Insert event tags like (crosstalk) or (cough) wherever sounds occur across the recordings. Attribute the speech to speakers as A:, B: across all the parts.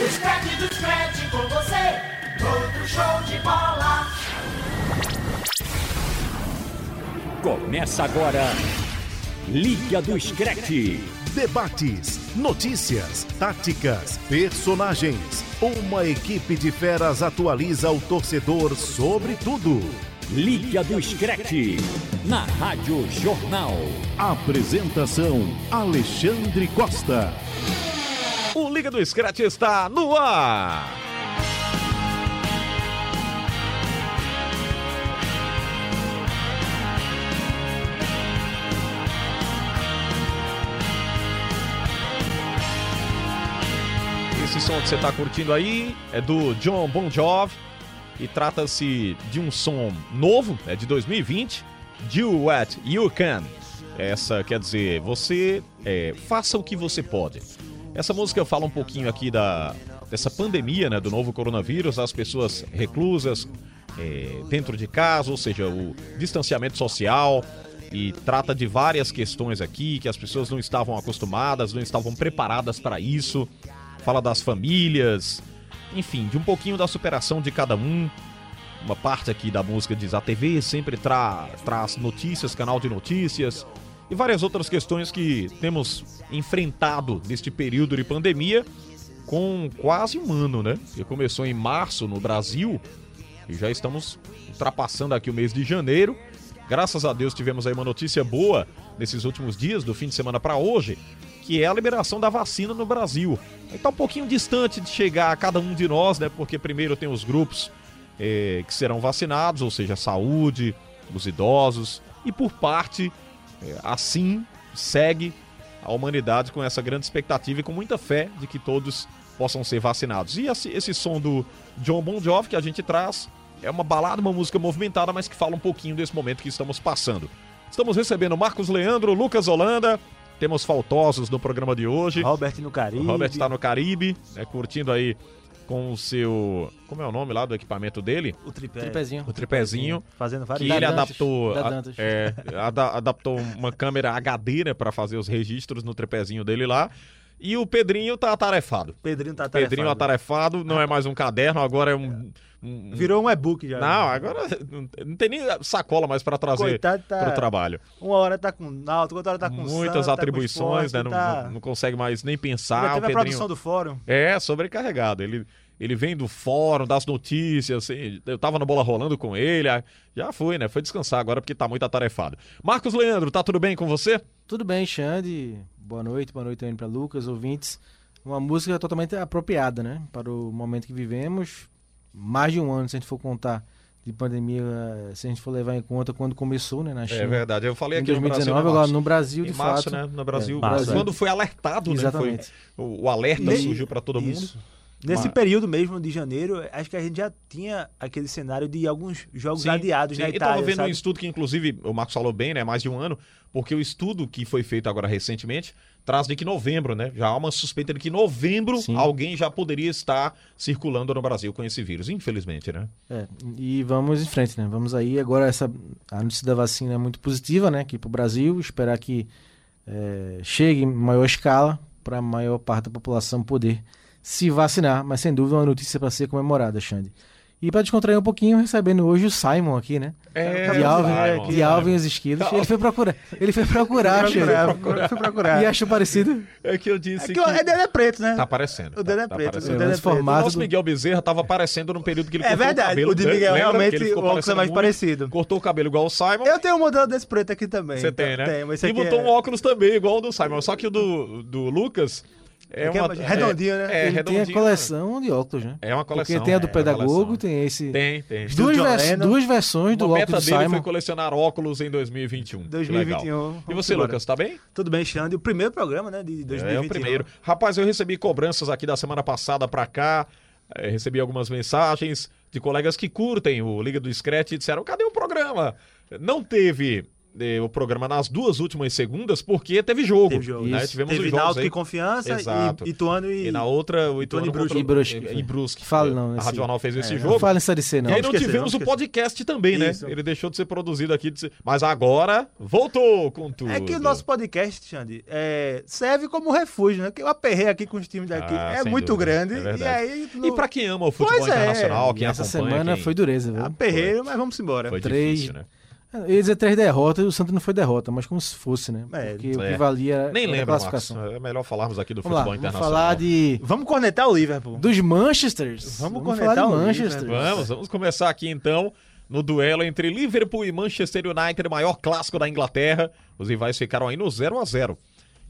A: O Scratch do Scratch com você, outro show de bola.
B: Começa agora. Liga do Screte.
C: Debates, notícias, táticas, personagens. Uma equipe de feras atualiza o torcedor sobre tudo.
B: Liga do Screte. Na Rádio Jornal.
C: Apresentação: Alexandre Costa.
D: O Liga do Scratch está no ar. Esse som que você está curtindo aí é do John Bon Jovi e trata-se de um som novo, é de 2020, Do What You Can. Essa quer dizer, você é, faça o que você pode. Essa música fala um pouquinho aqui da dessa pandemia, né, do novo coronavírus, as pessoas reclusas é, dentro de casa, ou seja, o distanciamento social e trata de várias questões aqui que as pessoas não estavam acostumadas, não estavam preparadas para isso. Fala das famílias, enfim, de um pouquinho da superação de cada um. Uma parte aqui da música diz: a TV sempre tra- traz notícias, canal de notícias e várias outras questões que temos enfrentado neste período de pandemia com quase um ano, né? Que começou em março no Brasil e já estamos ultrapassando aqui o mês de janeiro. Graças a Deus tivemos aí uma notícia boa nesses últimos dias, do fim de semana para hoje, que é a liberação da vacina no Brasil. Está um pouquinho distante de chegar a cada um de nós, né? Porque primeiro tem os grupos eh, que serão vacinados, ou seja, a saúde, os idosos, e por parte, eh, assim segue a humanidade com essa grande expectativa e com muita fé de que todos possam ser vacinados. E esse, esse som do John Bon Jovi que a gente traz é uma balada, uma música movimentada, mas que fala um pouquinho desse momento que estamos passando. Estamos recebendo Marcos Leandro, Lucas Holanda, temos faltosos no programa de hoje.
E: Robert no
D: O
E: Caribe.
D: Robert está no Caribe, né, curtindo aí com o seu. Como é o nome lá do equipamento dele?
E: O tripé.
F: Tripézinho.
D: O tripézinho.
E: Fazendo
D: Que
E: várias
F: Da
D: ele
F: Dantas,
D: adaptou.
F: da
D: a-
F: Dantas.
D: é, ada- adaptou uma câmera HD, né, para fazer os registros no tripézinho dele lá. E o Pedrinho tá atarefado.
E: Pedrinho tá atarefado.
D: Pedrinho atarefado, não é mais um caderno, agora é um. um-
E: Virou um e-book já.
D: Não, agora não- não tem nem sacola mais para trazer
E: Coitado, tá-
D: pro trabalho.
E: Uma hora tá com Náutico, outra hora tá com
D: Muitas
E: Santa,
D: atribuições,
E: tá com
D: né?
E: esporte,
D: não-
E: tá...
D: Não, não consegue mais nem
E: Ainda
D: pensar.
E: teve
D: Ah, o
E: a
D: Pedrinho...
E: produção do fórum.
D: É, sobrecarregado. Ele, ele vem do fórum, das notícias. assim, eu tava na bola rolando com ele. ah, Já foi, né? Foi descansar agora porque tá muito atarefado. Marcos Leandro, tá tudo bem com você?
F: Tudo bem, Xande. Boa noite, boa noite também para Lucas, ouvintes. Uma música totalmente apropriada, né? Para o momento que vivemos. Mais de um ano, se a gente for contar de pandemia, eh, se a gente for levar em conta quando começou, né? Na China.
D: É verdade. Eu falei
F: Em
D: aqui
F: 2019,
D: no Brasil.
F: agora
D: né, Marcos?
F: no Brasil, de
D: Em março,
F: fato.
D: né? No Brasil.
F: É, março,
D: quando foi alertado, né?
F: Exatamente.
D: Foi, o, o alerta
E: Nem-
D: surgiu para todo mundo.
E: Nesse
D: Mas-
E: período mesmo de janeiro, acho que a gente já tinha aquele cenário de alguns jogos adiados
D: sim.
E: na
D: Eu tava
E: Itália,
D: vendo um
E: sabe?
D: estudo que, inclusive, o Marcos falou bem, né? Mais de um ano, porque o estudo que foi feito agora recentemente traz de que novembro, né? Já há uma suspeita de que novembro
F: Sim.
D: alguém já poderia estar circulando no Brasil com esse vírus, infelizmente, né?
F: É, e vamos em frente, né? Vamos aí. Agora, essa a notícia da vacina é muito positiva, né? Aqui para o Brasil, esperar que eh, chegue em maior escala para a maior parte da população poder se vacinar. Mas, sem dúvida, é uma notícia para ser comemorada, Xande. E para descontrair um pouquinho, recebendo hoje o Simon aqui, né?
D: É,
F: de
D: o
F: Alvin,
D: Simon, Tá.
F: de
D: Simon.
F: Alvin e os Esquilos. Ele foi procurar, ele foi procurar,
E: Foi
F: Xande.
E: procurar, foi procurar.
F: E achou parecido?
D: É que eu disse
E: É
D: que...
E: que o é dele é preto, né?
D: Tá aparecendo.
E: O dele
D: tá-
E: é
D: tá
E: preto,
D: aparecendo.
E: o dele é
F: Esse
E: preto.
F: formato
D: Nosso Miguel Bezerra tava aparecendo num período que ele
E: É
D: cortou
E: verdade,
D: o cabelo. né?
E: o de Miguel
D: Lembra
E: realmente
D: que ele ficou
E: o óculos é
D: parecendo
E: mais
D: muito?
E: parecido.
D: Cortou o cabelo igual o Simon.
E: Eu tenho um modelo desse preto aqui também.
D: Você tem, né?
E: Tenho, mas esse
D: e
E: aqui
D: botou
E: é-
D: um óculos também, igual o do Simon. Só que o do, do Lucas é
E: É que é
D: uma.
E: mais redondinho, né?
D: É,
F: ele tem
D: redondinho.
F: a coleção de óculos, né?
D: É uma coleção.
F: Porque tem a do
D: é,
F: pedagogo,
D: coleção.
F: tem esse...
D: Tem, tem.
F: As Duas,
E: Do John
F: vers-
E: Lennon.
F: duas versões do
D: Uma meta
F: óculos
D: dele
F: do Simon.
D: foi colecionar óculos em 2021. Que
E: 2021,
D: legal. E
E: vamos
D: você,
E: embora.
D: Lucas, tá bem?
E: Tudo bem, Xande? O primeiro programa, né? De 2021.
D: É o primeiro. Rapaz, eu recebi cobranças aqui da semana passada pra cá, eh, recebi algumas mensagens de colegas que curtem o Liga do Scratch e disseram: cadê o programa? Não teve eh, o programa nas duas últimas segundas, porque teve jogo.
E: Teve jogo.
D: Né?
F: Isso.
D: Tivemos
E: Teve
D: os jogos
E: Náutico
D: aí.
E: e Confiança
D: Exato.
E: e Ituano e...
D: E na outra, o Ituano
E: e Brusque.
D: contra-
F: E Brusque,
D: e-
F: foi.
D: e Brusque.
F: Fala não
D: A
F: nesse-
D: Rádio Jornal fez esse
F: É,
D: jogo.
F: Não fala em Série C, não.
D: E aí não
E: esquecer,
D: tivemos
E: não
D: o podcast também,
E: Isso.
D: né? Ele deixou de ser produzido aqui. de ser- Mas agora voltou com tudo.
E: É que o nosso podcast, Xande, é, serve como refúgio, né? Porque eu aperrei aqui com os times daqui.
D: Ah,
E: é
D: sem
E: muito
D: dúvida,
E: grande.
D: é
E: e
D: verdade.
E: aí.
D: E pra quem ama o futebol
E: Pois é.
D: internacional, quem
F: Essa
D: acompanha...
F: semana
D: quem...
F: foi dureza, viu?
E: Aperreio, Ah, mas vamos embora.
D: Foi
F: Três-
D: difícil, né?
F: Eu ia dizer três derrotas, o Santos não foi derrota, mas como se fosse, né?
E: É,
F: Porque o
D: é.
F: que valia era
D: Nem
F: era a
D: lembro, Marcos.
F: classificação.
D: É melhor falarmos aqui do
F: Vamos lá,
D: futebol
F: vamos
D: internacional.
F: falar de
E: Vamos cornetar o Liverpool.
F: dos Manchesters.
E: Vamos
F: falar de
E: conectar o né?
F: Manchester.
E: Liverpool.
D: Vamos, vamos começar aqui então no duelo entre Liverpool e Manchester United, o maior clássico da Inglaterra. Os rivais ficaram aí no 0 a 0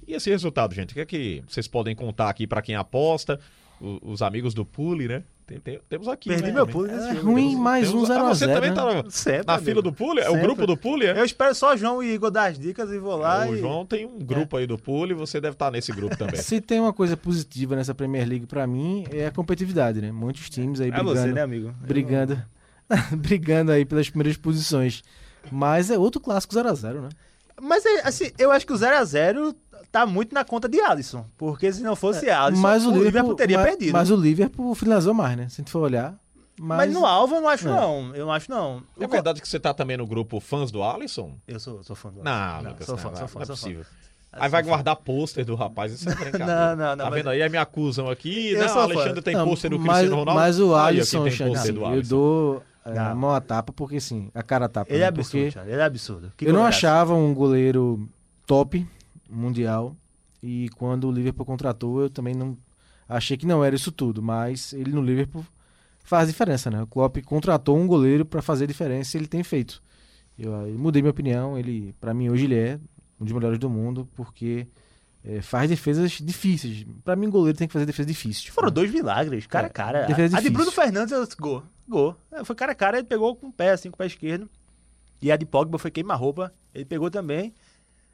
D: E esse resultado, gente, o que é que vocês podem contar aqui pra quem aposta? O- os amigos do Pule, né? Tem- tem- temos aqui.
E: Perdi
D: né,
E: meu
D: também.
E: pulo nesse
F: É
E: jogo.
F: ruim, mais um
D: Temos-
F: 0
D: ah,
F: a
D: você
F: 0
D: também
F: né?
D: tá na,
E: Sempre,
D: na
E: amigo.
D: fila do Pule? É o
E: né? Sempre.
D: grupo do Pule? É?
E: Eu espero só João e Igor das dicas e vou lá.
D: o
E: e...
D: João tem um grupo aí do Pule, você deve estar nesse grupo
E: (laughs)
D: também.
F: Se tem uma coisa positiva nessa Premier League pra mim é a competitividade, né? Muitos times aí
E: É
F: brigando,
E: você, né, amigo?
F: brigando, (laughs) brigando aí pelas primeiras posições. Mas é outro clássico 0 a 0, né?
E: Mas é, assim, eu acho que o 0x0 tá muito na conta de Alisson. Porque se não
D: É,
E: fosse Alisson,
F: mas o, Liverpool,
E: teria
F: mas,
E: perdido.
F: Mas o Liverpool finalizou mais, né? Se a gente for olhar, mas,
E: Mas no alvo eu não um acho,
F: Não.
E: não. Eu não acho, não.
D: É
E: O co-
D: verdade que você tá também no grupo fãs do Alisson?
E: Eu sou, sou fã do
D: Não,
E: Alisson.
D: Lucas,
E: sou
D: não,
E: fã,
D: vai,
E: sou fã,
D: não é
E: sou fã.
D: possível. Aí
F: Assim,
D: vai guardar pôster do rapaz,
F: (laughs)
D: isso é brincadeira.
E: Não, não, não,
D: Tá
E: mas-
D: vendo aí? Aí me acusam aqui.
E: Eu
D: Não,
E: sou fã.
D: Alexandre tem
F: Não,
D: pôster do
F: mas-
D: Cristiano Ronaldo.
F: Mas o
D: Aí, aqui
F: Alisson,
D: tem
F: Xande,
D: pôster do
F: eu
D: Alisson.
F: dou é,
E: Não.
F: a mão à tapa, porque assim, a cara a tapa.
E: Ele
F: né?
E: é absurdo,
F: Porque
E: Thiago, ele é absurdo. Que
F: eu não
E: goleiraço.
F: achava um goleiro top mundial. E quando o Liverpool contratou, eu também não achei que não era isso tudo, mas ele no Liverpool faz diferença, né? O Klopp contratou um goleiro pra fazer diferença, e ele tem feito. Eu, aí mudei minha opinião, ele para mim hoje ele é um dos melhores do mundo porque é, faz defesas difíceis. Pra mim goleiro tem que fazer defesa difícil.
E: Foram dois milagres, cara a cara.
F: É, defesa
E: A de
F: difícil.
E: Bruno Fernandes, eu disse, gol, gol. É, Foi cara a cara, ele pegou com o pé, assim, com o pé esquerdo. E a de Pogba foi queima-roupa, ele pegou também.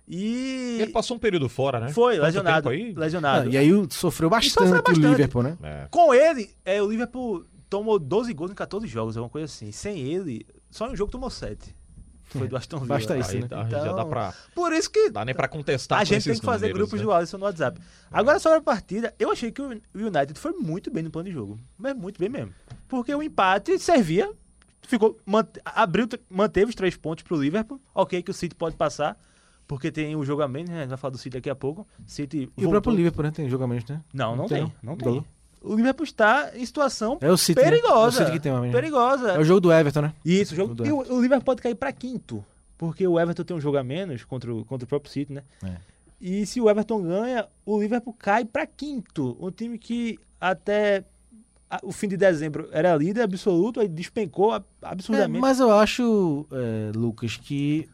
E: E...
D: Ele passou um período fora, né?
E: Foi,
D: Quanto tempo
E: lesionado.
D: aí?
E: Lesionado.
F: Não, Ah, e aí o- sofreu bastante,
E: né? bastante.
F: o Liverpool, né?
D: É.
E: Com ele, é, o Liverpool tomou 12 gols em 14 jogos, alguma coisa assim. Sem ele, só em um jogo tomou 7. Foi do Aston Villa. Então,
F: Basta isso,
D: Aí,
F: né?
D: tá- aí já dá pra.
E: Por isso que
D: Dá nem pra contestar.
E: a
D: com
E: gente
D: Tá, esses
E: tem que fazer
D: números,
E: grupos
D: né?
E: do Alisson no WhatsApp. Agora, sobre a partida, eu achei que o United foi muito bem no plano de jogo. Mas muito bem mesmo. Porque o empate servia, ficou, mant- abriu, manteve os três pontos pro Liverpool. Ok, que o City pode passar, porque tem um jogo a menos, né? A gente vai falar do City daqui a pouco. City
F: E o
E: voltou- É.
F: próprio Liverpool, né? Tem jogamento, né?
E: Não, não tem. Não tem.
F: Gol.
E: O Liverpool está em situação
F: É o City. né?
E: perigosa.
F: É o City que tem uma mesmo.
E: perigosa.
F: É o jogo do Everton, né?
E: Isso, o jogo.
F: Tudo
E: E o, o Liverpool pode cair pra quinto, porque o Everton tem um jogo a menos contra o, contra o próprio City, né?
F: É.
E: E se o Everton ganha, o Liverpool cai pra quinto, um time que até a- o fim de dezembro era líder absoluto, aí despencou a-
F: É,
E: absurdamente.
F: mas eu acho, é, Lucas, que.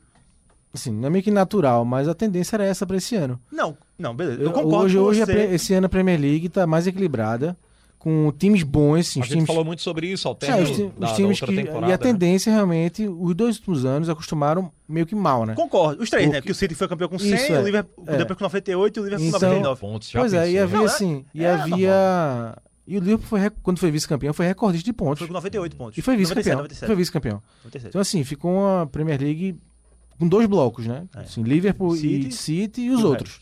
F: Assim, não é meio que natural, mas a tendência era essa pra esse ano.
E: Não, não, beleza.
F: Eu-
E: Eu concordo
F: É, hoje,
E: com
F: hoje a
E: você.
F: pre- esse ano a Premier League tá mais equilibrada, com times bons, assim,
D: A
F: os
D: gente
F: times.
D: falou muito sobre isso ao
F: É,
D: término
F: os ti-
D: da,
F: os
D: da
F: times
D: outra
F: que.
D: temporada.
F: E a
D: né?
F: tendência, realmente, os dois últimos anos acostumaram meio que mal, né?
E: Concordo. Os três, né?
F: Porque-
E: Que o City foi campeão com
F: Isso,
E: 100,
F: é.
E: o Liverpool
F: É.
E: depois com 98 e o Liverpool com
F: Então-
E: 99.
D: Pontos, já
F: Pois é, e
D: pensou, né?
F: havia
E: Não, é-
F: assim. E
E: é
F: havia. E o Liverpool, foi, rec- quando foi vice-campeão, foi recordista de pontos.
E: Foi com 98 pontos.
F: E foi vice-campeão.
E: 97,
F: Foi vice-campeão.
E: 97.
F: Então, assim, ficou uma Premier League com dois blocos, né?
E: É.
F: Assim, Liverpool
E: City
F: e City e os
E: e o
F: outros.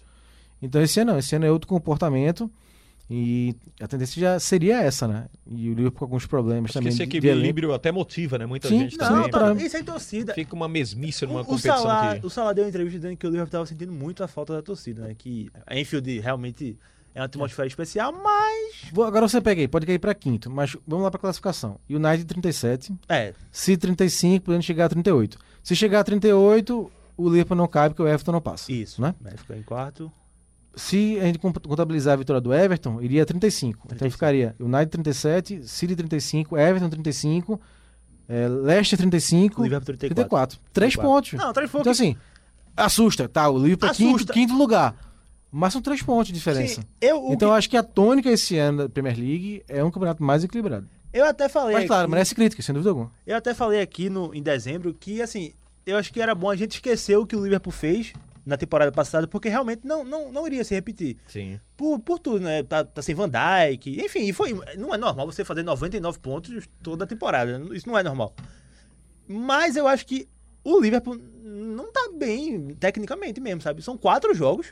F: Então, esse ano não. Esse ano é outro comportamento. E a tendência já seria essa, né? E o Liverpool com alguns problemas
D: Acho que
F: também.
D: esse
F: de- de elenco.
D: equilíbrio até motiva, né? Muita
F: Sim,
D: gente
F: não,
D: também.
F: tá-
D: né?
E: Isso aí, torcida.
D: Fica uma mesmice numa
E: o, o
D: competição
E: Salah,
D: que.
E: o Salah deu uma entrevista dizendo que o Liverpool estava sentindo muito a falta da torcida, né? Que a Enfield realmente é uma atmosfera especial, mas...
F: Vou- Agora você pega aí, pode cair para quinto, mas vamos lá para classificação. United 37,
E: É,
F: City 35, podendo chegar a 38. Se chegar a 38, o Liverpool não cabe, porque o Everton não passa.
E: isso,
F: né?
E: né? Ficou em quarto.
F: Se a gente comp- contabilizar a vitória do Everton, iria 35. Então
E: 35.
F: ficaria United 37, City 35, Everton 35, eh, Leicester 35,
E: Liverpool 34.
F: 34. Três
E: 34.
F: pontos.
E: Não, três
F: Então
E: pontos.
F: assim, assusta, tá? O Liverpool é quinto,
E: Assusta.
F: quinto lugar. Mas são três pontos de diferença.
E: eu, o
F: Então eu acho que a tônica esse ano da Premier League é um campeonato mais equilibrado.
E: que- eu até falei
F: Mas claro,
E: aqui,
F: merece crítica, sem dúvida alguma.
E: Eu até falei aqui no, em dezembro que, assim, eu acho que era bom a gente esquecer o que o Liverpool fez na temporada passada, porque realmente não, não, não iria se repetir.
D: Sim.
E: Por, por tudo, né? Tá, tá sem Van Dijk. Enfim, e foi, não é normal você fazer 99 pontos toda a temporada. Isso não é normal. Mas eu acho que o o Liverpool não tá bem tecnicamente mesmo, sabe? São quatro jogos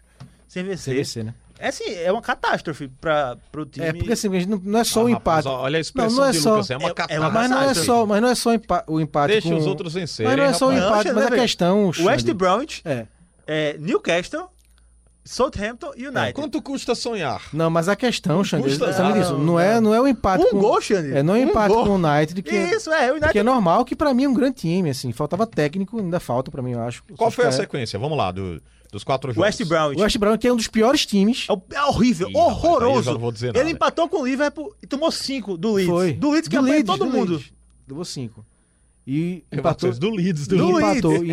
E: sem vencer.
F: CVC, né?
E: É assim, é uma catástrofe para pro time.
F: É, porque assim, a gente não, não é só o
D: Ah, rapaz,
F: empate.
D: olha a expressão
F: Não, não é
D: de
F: só-
D: Lucas, é uma
E: é- é uma
D: catástrofe.
F: Mas não é
E: Exato.
F: só, mas não é só o empa- o empate
D: Deixa
F: com-
D: os outros vencerem,
F: Mas não é só o
D: rapaz.
F: empate, mas a
E: Alexandre,
F: questão,
E: né, West
F: Xande,
E: Bromwich,
F: É.
E: é, Newcastle, Southampton e
F: É,
E: United.
D: Quanto custa sonhar?
F: Não, mas a questão, Xande,
D: custa
F: sabe
E: nada.
F: disso? Não é, não é o empate
E: Um
F: com...
E: gol, Xande.
F: É, não é o
E: Um
F: empate
E: gol.
F: com o United, que,
E: Isso, é, o United
F: que é normal, que pra mim é um grande time, assim. Faltava técnico, ainda falta pra mim, eu acho.
D: Qual
F: Só
D: foi a
F: ficar-
D: sequência? Vamos lá, do- dos quatro jogos.
E: West Bromwich.
F: O West Brown, que é um dos piores times.
E: É o- É horrível,
D: Ih, rapaz, aí eu já
E: horroroso.
D: não vou dizer nada.
E: Ele empatou com o Liverpool e tomou cinco do Leeds.
F: Foi.
E: Do Leeds que
F: Do
E: apanha
F: Leeds,
E: todo
F: do
E: mundo.
F: Leeds. Levou cinco. E empatou,
D: Empatou do Leeds, do
F: e
E: Leeds.
F: empatou, e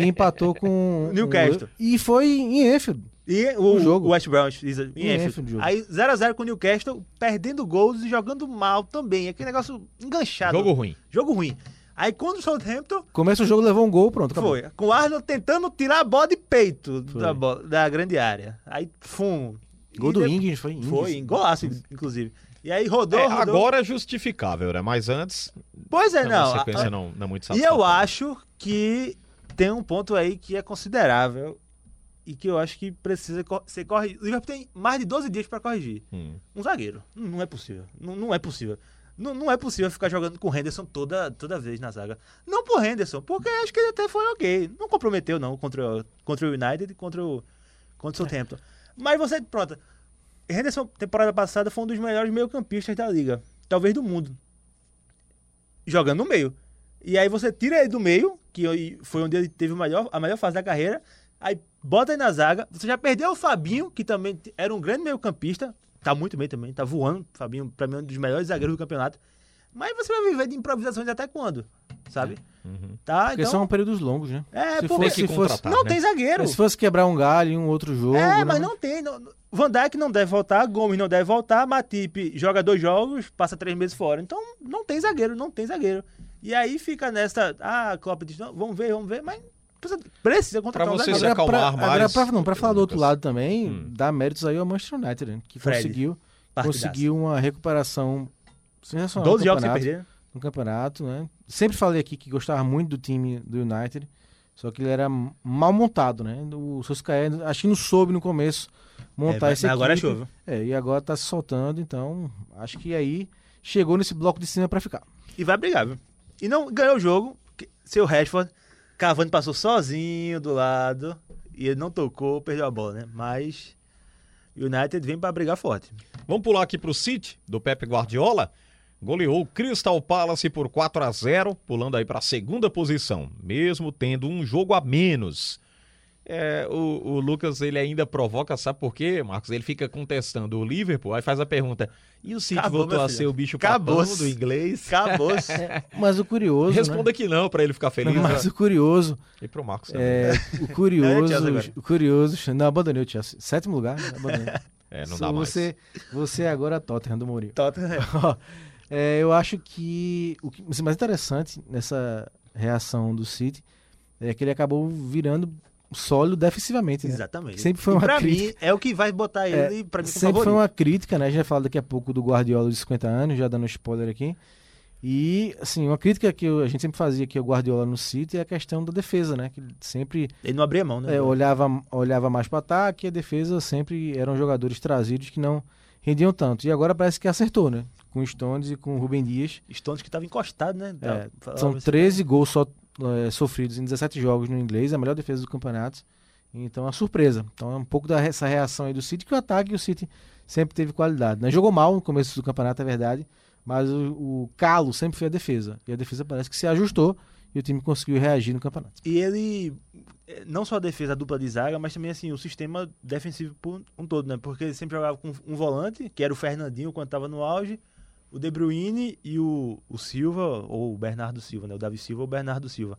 E: (laughs)
F: empatou com...
E: Newcastle.
F: com- E foi em Enfield.
E: E é o,
F: Um jogo.
E: o West Bromwich diz- em
F: Em
E: Enfield.
F: Enfield, jogo.
E: Aí 0x0 com o Newcastle, perdendo gols e jogando mal também. É Aquele negócio enganchado.
D: Jogo ruim.
E: Jogo ruim. Aí quando o Southampton
F: Começa o jogo, levou um gol, pronto, acabou.
E: foi, com o Arnold tentando tirar a bola de peito da, bola- da grande área. Aí, fumo.
F: Gol
E: E
F: do
E: de-
F: Ings, foi Ings.
E: Foi, golaço, inclusive. E aí rodou,
D: É,
E: rodou.
D: agora Tá, é justificável, né? Mas antes,
E: Pois é,
D: não, a
E: não.
D: sequência
E: a-
D: não, não é muito
E: E
D: satisfatória.
E: eu acho que tem um ponto aí que é considerável e que eu acho que precisa co- ser corrigido. O Liverpool tem mais de 12 dias para corrigir.
D: Hum.
E: Um zagueiro. Não não é possível. Não, não é possível. Não, não é possível ficar jogando com o Henderson toda, toda vez na zaga. Não por Henderson, porque acho que ele até foi ok. Não comprometeu, não, contra, o- contra o United e contra o, contra o Southampton. Mas você, pronto. Henderson, temporada passada, foi um dos melhores meio-campistas da liga. Talvez do mundo. Jogando no meio. E aí você tira ele do meio, que aí foi onde ele teve o melhor, a melhor fase da carreira. Aí bota ele na zaga. Você já perdeu o Fabinho, que também t- era um grande meio-campista. Tá muito bem também, tá voando. Fabinho, pra mim, é um dos melhores zagueiros do campeonato. Mas você vai viver de improvisações até quando? Sabe? Tá,
F: Porque
E: então.
F: são períodos longos, né?
E: É,
F: se
E: porque
F: fosse, se
D: que
F: fosse,
D: contratar,
E: Não
D: né?
E: tem zagueiro.
F: se fosse quebrar um galho em um outro jogo.
E: É,
F: né?
E: mas não tem. Não, Van Dijk não deve voltar, Gomes não deve voltar, Matip joga dois jogos, passa três meses fora. Então não tem zagueiro, não tem zagueiro. E aí fica nessa. Ah, Klopp diz, não, vamos ver, vamos ver, mas precisa, precisa contratar
D: Pra
E: um
D: você
E: zagueiro.
D: se
F: Agora,
D: acalmar, Hum.
F: pra, agora
D: Mares,
F: pra, não, pra falar do outro
D: Lucas.
F: lado também, dá méritos aí ao Manchester United, né? que
E: Fred,
F: conseguiu,
E: partidaço.
F: conseguiu uma recuperação sensacional.
E: 12
F: no
E: jogos sem
F: campeonato,
E: perder.
F: No campeonato, né? Sempre falei aqui que gostava muito do time do United, só que ele era mal montado, né? O Soscaé, acho que não soube no começo montar
E: É,
F: esse esse
E: agora chove.
F: É, e agora tá se soltando, então acho que aí chegou nesse bloco de cima pra ficar.
E: né? E vai brigar, viu? E não ganhou o jogo. que- Seu Rashford, Cavani passou sozinho do lado. E ele não tocou, perdeu a bola, né? Mas. United vem pra brigar forte.
D: Vamos pular aqui pro City, do Pepe Guardiola. Goleou o Crystal Palace por 4 a 0 pulando aí para a segunda posição, mesmo tendo um jogo a menos. É, o, o Lucas ele ainda provoca, sabe por quê, Marcos? Ele fica contestando o Liverpool, aí faz a pergunta: e o City
E: Acabou,
D: voltou
E: meu
D: a
E: filho.
D: ser o bicho
E: Acabou.
D: papão do inglês?
E: Acabou.
D: (laughs)
F: Mas o curioso.
D: Responda
F: né?
D: que não, para ele ficar feliz. né?
F: Mas o curioso.
D: E pro Marcos também. (laughs)
F: É, o
E: É, Chelsea
F: curioso.
E: agora.
F: o curioso. Não, abandonei o Chelsea. Sétimo lugar, né? abandonei.
D: É, não dá mais.
F: você, Você agora é Tottenham do Mourinho.
E: Tottenham.
F: (laughs) Ó, é, eu acho que o que- assim, mais interessante nessa reação do City é que ele acabou virando sólido defensivamente. né?
E: Exatamente.
F: Que Sempre foi
E: E
F: uma
E: pra
F: crítica.
E: mim, é o que vai botar ele, pra mim, como
F: Sempre foi
E: favorito.
F: uma crítica, né? A gente vai falar daqui a pouco do Guardiola de 50 anos, já dando spoiler aqui. E, assim, uma crítica que eu- a gente sempre fazia que o Guardiola no City é a questão da defesa, né? Que ele sempre
E: Ele não abria mão, né?
F: é, olhava, olhava mais para ataque e a defesa sempre eram jogadores trazidos que não rendiam tanto. E agora parece que acertou, né? Com o Stones e com o Rubem Dias.
E: Stones que tava encostado, né?
F: É,
E: Tava- falava
F: são
E: assim,
F: 13 gols só é, sofridos em 17 jogos no inglês, a melhor defesa do campeonato. Então é uma surpresa. Então é um pouco dessa reação aí do City, que o ataque o City sempre teve qualidade. né? Jogou mal no começo do campeonato, é verdade, mas o, o calo sempre foi a defesa. E a defesa parece que se ajustou e o time conseguiu reagir no campeonato.
E: E ele, eh, não só a defesa a dupla de zaga, mas também, assim, o sistema defensivo por um todo, né? Porque ele sempre jogava com um volante, que era o Fernandinho quando tava no auge, o De Bruyne e o, o Silva, ou o Bernardo Silva, né? O Davi Silva ou o Bernardo Silva.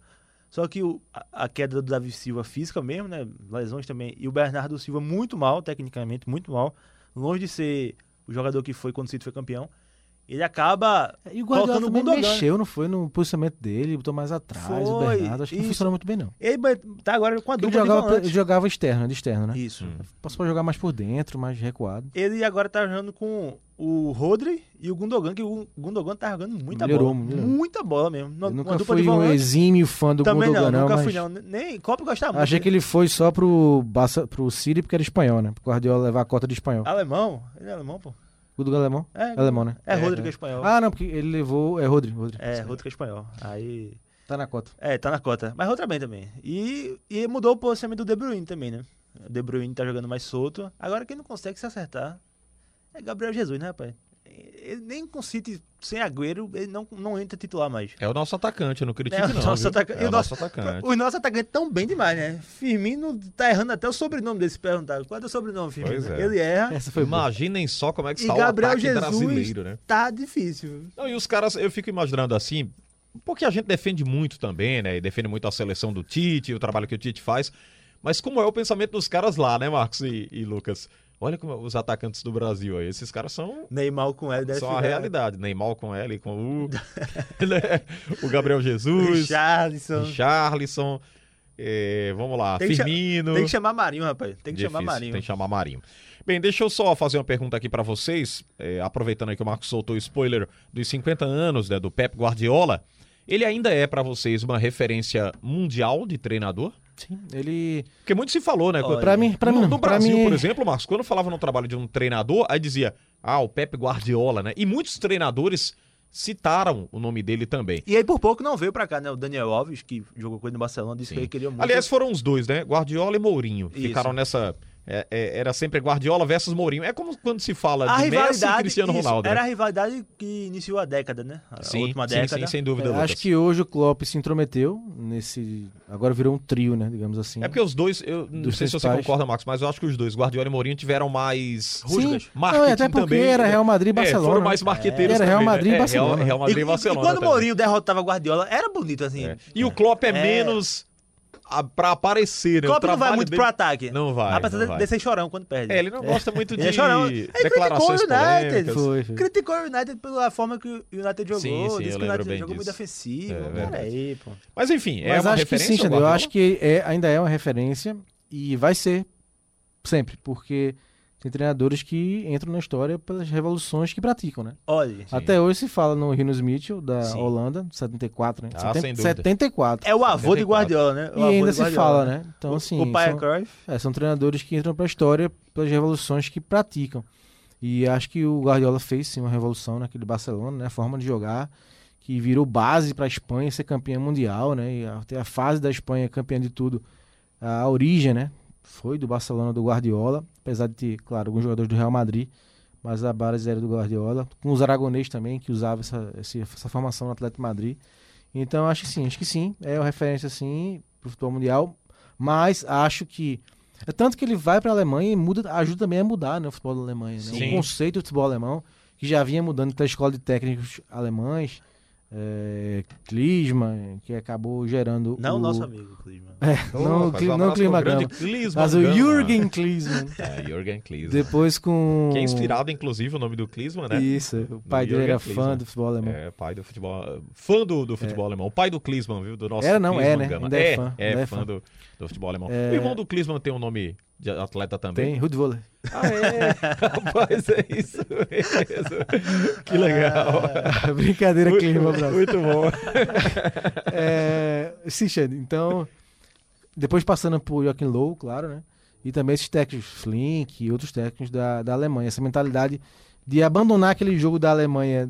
E: Só que o- a, a queda do Davi Silva física mesmo, né? Lesões também. E o Bernardo Silva muito mal, tecnicamente, muito mal. Longe de ser o jogador que foi quando o City foi campeão. Ele acaba
F: É, E o Guardiola
E: colocando o
F: também
E: mundo mexeu.
F: mexeu, não foi? No posicionamento dele, botou mais atrás o
E: Foi,
F: Bernardo. Acho que
E: isso.
F: não funcionou muito bem, não.
E: Ele tá agora com a
F: Ele
E: dupla de
F: jogava, ele
E: volantes.
F: jogava externo, de externo, né?
E: Isso.
F: Passou a jogar mais por dentro, mais recuado.
E: Ele agora tá jogando com o Rodri e o Gundogan, que o Gundogan tá jogando muita
F: Melhorou,
E: bola.
F: melhorou.
E: Muita bola mesmo.
F: Eu
E: Uma- uma
F: nunca
E: dupla de
F: fui um
E: volantes.
F: exímio fã do
E: Também
F: Gundogan,
E: não, nunca fui
F: mas
E: não. Ah, é Nem Copa gostava muito.
F: Achei que ele foi só pro, Barça, pro City porque era espanhol, né? Pro Guardiola levar a cota de espanhol.
E: Alemão? Ele é alemão, pô.
F: Gundogan é alemão?
E: É,
F: alemão, né?
E: É, Rodri que é espanhol.
F: Ah, não, porque ele levou. É Rodrigo. Rodrigo.
E: é, Rodri que é espanhol. Aí.
F: Tá na cota.
E: É, tá na cota. Mas Rodri é bem também. E, e mudou o posicionamento do De Bruyne também, né? O De Bruyne tá jogando mais solto. Agora quem não consegue se acertar é Gabriel Jesus, né, rapaz? Ele nem com o City sem Agüero, ele não, não entra titular mais.
D: É o nosso atacante, eu não critico,
E: É, o
D: não.
E: nosso
D: viu?
E: ataca- e
D: É o nosso atacante.
E: Os nossos atacantes tão bem demais, né? Firmino tá errando até o sobrenome dele, se perguntar. Qual é o sobrenome, Firmino?
D: Pois é.
E: Ele erra.
F: Essa foi boa.
D: Imaginem só como é que
E: E
D: está o
E: Gabriel
D: ataque
E: Jesus
D: brasileiro, né?
E: tá difícil.
D: Não, e os caras, eu fico imaginando assim, porque a gente defende muito também, né? E defende muito a seleção do Tite, o trabalho que o Tite faz. Mas como é o pensamento dos caras lá, né, Marcos e, e Lucas? Olha como os atacantes do Brasil aí. Esses caras são,
E: Neymar com ele deve
D: são
E: ficar-
D: a realidade. Neymar com L,
E: (laughs)
D: com U. né? o Gabriel Jesus,
E: Richarlison.
D: Richarlison. eh, vamos lá,
E: Tem que cha-
D: Firmino.
E: Tem que chamar Marinho, rapaz. Tem que
D: Difícil,
E: chamar Marinho.
D: Tem que chamar Marinho. Bem, deixa eu só fazer uma pergunta aqui pra vocês, é, aproveitando aí que o Marcos soltou o spoiler dos 50 anos né, do Pep Guardiola. Ele ainda é pra vocês uma referência mundial de treinador?
F: Sim, ele.
D: Porque muito se falou, né?
E: Olha,
F: Pra mim, pra mim
D: no,
F: não.
D: no
F: pra
D: Brasil,
F: mim,
D: por exemplo, Marcos, quando falava no trabalho de um treinador, aí dizia, ah, o Pep Guardiola, né? E muitos treinadores citaram o nome dele também.
E: E aí, por pouco, não veio pra cá, né? O Daniel Alves, que jogou com ele no Barcelona, disse
D: Sim.
E: que ele queria muito.
D: Aliás, foram os dois, né? Guardiola e Mourinho.
E: Isso.
D: Ficaram nessa. é, é, era sempre Guardiola versus Mourinho. É como quando se fala
E: a
D: de Messi e
E: rivalidade.
D: Cristiano
E: isso,
D: Ronaldo.
E: Era
D: né?
E: a rivalidade que iniciou a década, né? A
D: sim,
E: última
D: sim, sim,
E: década.
D: sem dúvida.
F: é,
D: Lucas.
F: acho que hoje o Klopp se intrometeu nesse. Agora virou um trio, né? Digamos assim.
D: É porque os dois, eu não
F: Dos
D: sei se você
F: principais.
D: concorda, Marcos, mas eu acho que os dois, Guardiola e Mourinho, tiveram mais
F: Sim.
D: marketing
F: Não, é até porque
D: também.
F: era
D: né?
F: Real Madrid e Barcelona.
D: É, foram mais
F: né?
D: marqueteiros
F: Era Real
D: também,
F: Madrid e
D: né? É, Real-
F: Barcelona.
D: Real
E: E,
D: Madrid e
E: e
D: Barcelona
E: quando o
D: também.
E: Mourinho derrotava Guardiola, era bonito assim.
D: É. E o Klopp é,
E: É.
D: menos a- pra aparecer, né? O
E: Klopp não vai
D: trabalho
E: muito
D: dele-
E: pro ataque.
D: Não vai,
E: Apesar
D: não
E: de-
D: vai.
E: de ser chorão quando perde.
D: É, ele não gosta muito de
E: Ele é chorão. Ele criticou o
D: declarações
E: United.
D: polêmicas.
F: Foi, foi.
E: Criticou o United pela forma que o United jogou.
D: Sim, sim, eu
E: disse que o
D: lembro
E: United
D: bem
E: jogou muito
D: disso.
E: defensivo.
D: É
E: Peraí,
D: verdade.
E: pô.
D: Mas enfim, é
F: Mas
D: uma
F: acho que
D: referência.
F: sim,
D: ao
F: Xander. Eu
D: Guardiola?
F: acho que é, ainda é uma referência e vai ser sempre, porque tem treinadores que entram na história pelas revoluções que praticam, né?
E: Olha.
D: Sim.
F: Até hoje se fala no Rinus Mitchell, da
D: Sim.
F: Holanda, 74, né?
D: Ah, sem dúvida.
F: 74.
E: É o avô de
D: 74.
E: Guardiola, né? O
F: E
E: avô
F: ainda
E: de
F: se
E: Guardiola.
F: fala, né? Então,
E: O-
F: assim,
E: o pai é
F: são,
E: Cruyff.
F: é, são treinadores que entram pra história pelas revoluções que praticam. E acho que o Guardiola fez sim uma revolução naquele Barcelona, né? A forma de jogar, que virou base pra Espanha ser campeã mundial, né? E até a fase da Espanha campeã de tudo, a origem, né? Foi do Barcelona do Guardiola, apesar de ter, claro, alguns jogadores do Real Madrid, mas a base era do Guardiola, com os aragonês também, que usava essa, esse- essa formação no Atlético de Madrid. Então acho que sim, acho que sim, é uma referência sim pro futebol mundial, mas acho que é tanto que ele vai pra Alemanha e muda, ajuda também a mudar né, o futebol da Alemanha, né?
D: Sim.
F: o conceito do futebol alemão que já vinha mudando pela escola de técnicos alemães, é, Klinsmann, que acabou gerando
E: Não,
F: o É.
E: nosso amigo, Klinsmann.
D: Ô,
F: não,
D: rapaz,
F: cli-
D: um
F: não
D: abraço pro
F: clima
D: grande
F: grama.
D: Klinsmann
F: Mas o
E: né?
D: Gama. (laughs)
F: Jürgen Klinsmann.
D: É, Jürgen Klinsmann.
F: Depois com.
D: Que é inspirado, inclusive, o nome do Klinsmann, né?
F: Isso, né? o pai dele
D: Jürgen
F: era
D: Klinsmann.
F: fã do futebol alemão.
D: É, pai do futebol. Fã do, do futebol alemão. O pai do Klinsmann, viu? Do nosso
F: É. Era, não, é,
D: Klinsmann
F: né?
D: Gama.
F: Ainda é fã,
D: É,
F: ainda é
D: fã,
F: fã. É.
D: do, do futebol alemão. O irmão do Klinsmann tem um nome de atleta também.
F: Tem, Rudvoller.
D: Ah, é? (laughs) Rapaz, é isso mesmo.
F: Ah.
D: Que legal.
F: (laughs) Brincadeira,
D: Muito-
F: Klinsmann, abraço.
D: Muito bom.
F: (laughs) É, sim, Xande, então. Depois passando por Joachim Low, claro, né? E também esses técnicos, Flink e outros técnicos da, da Alemanha. Essa mentalidade de abandonar aquele jogo da Alemanha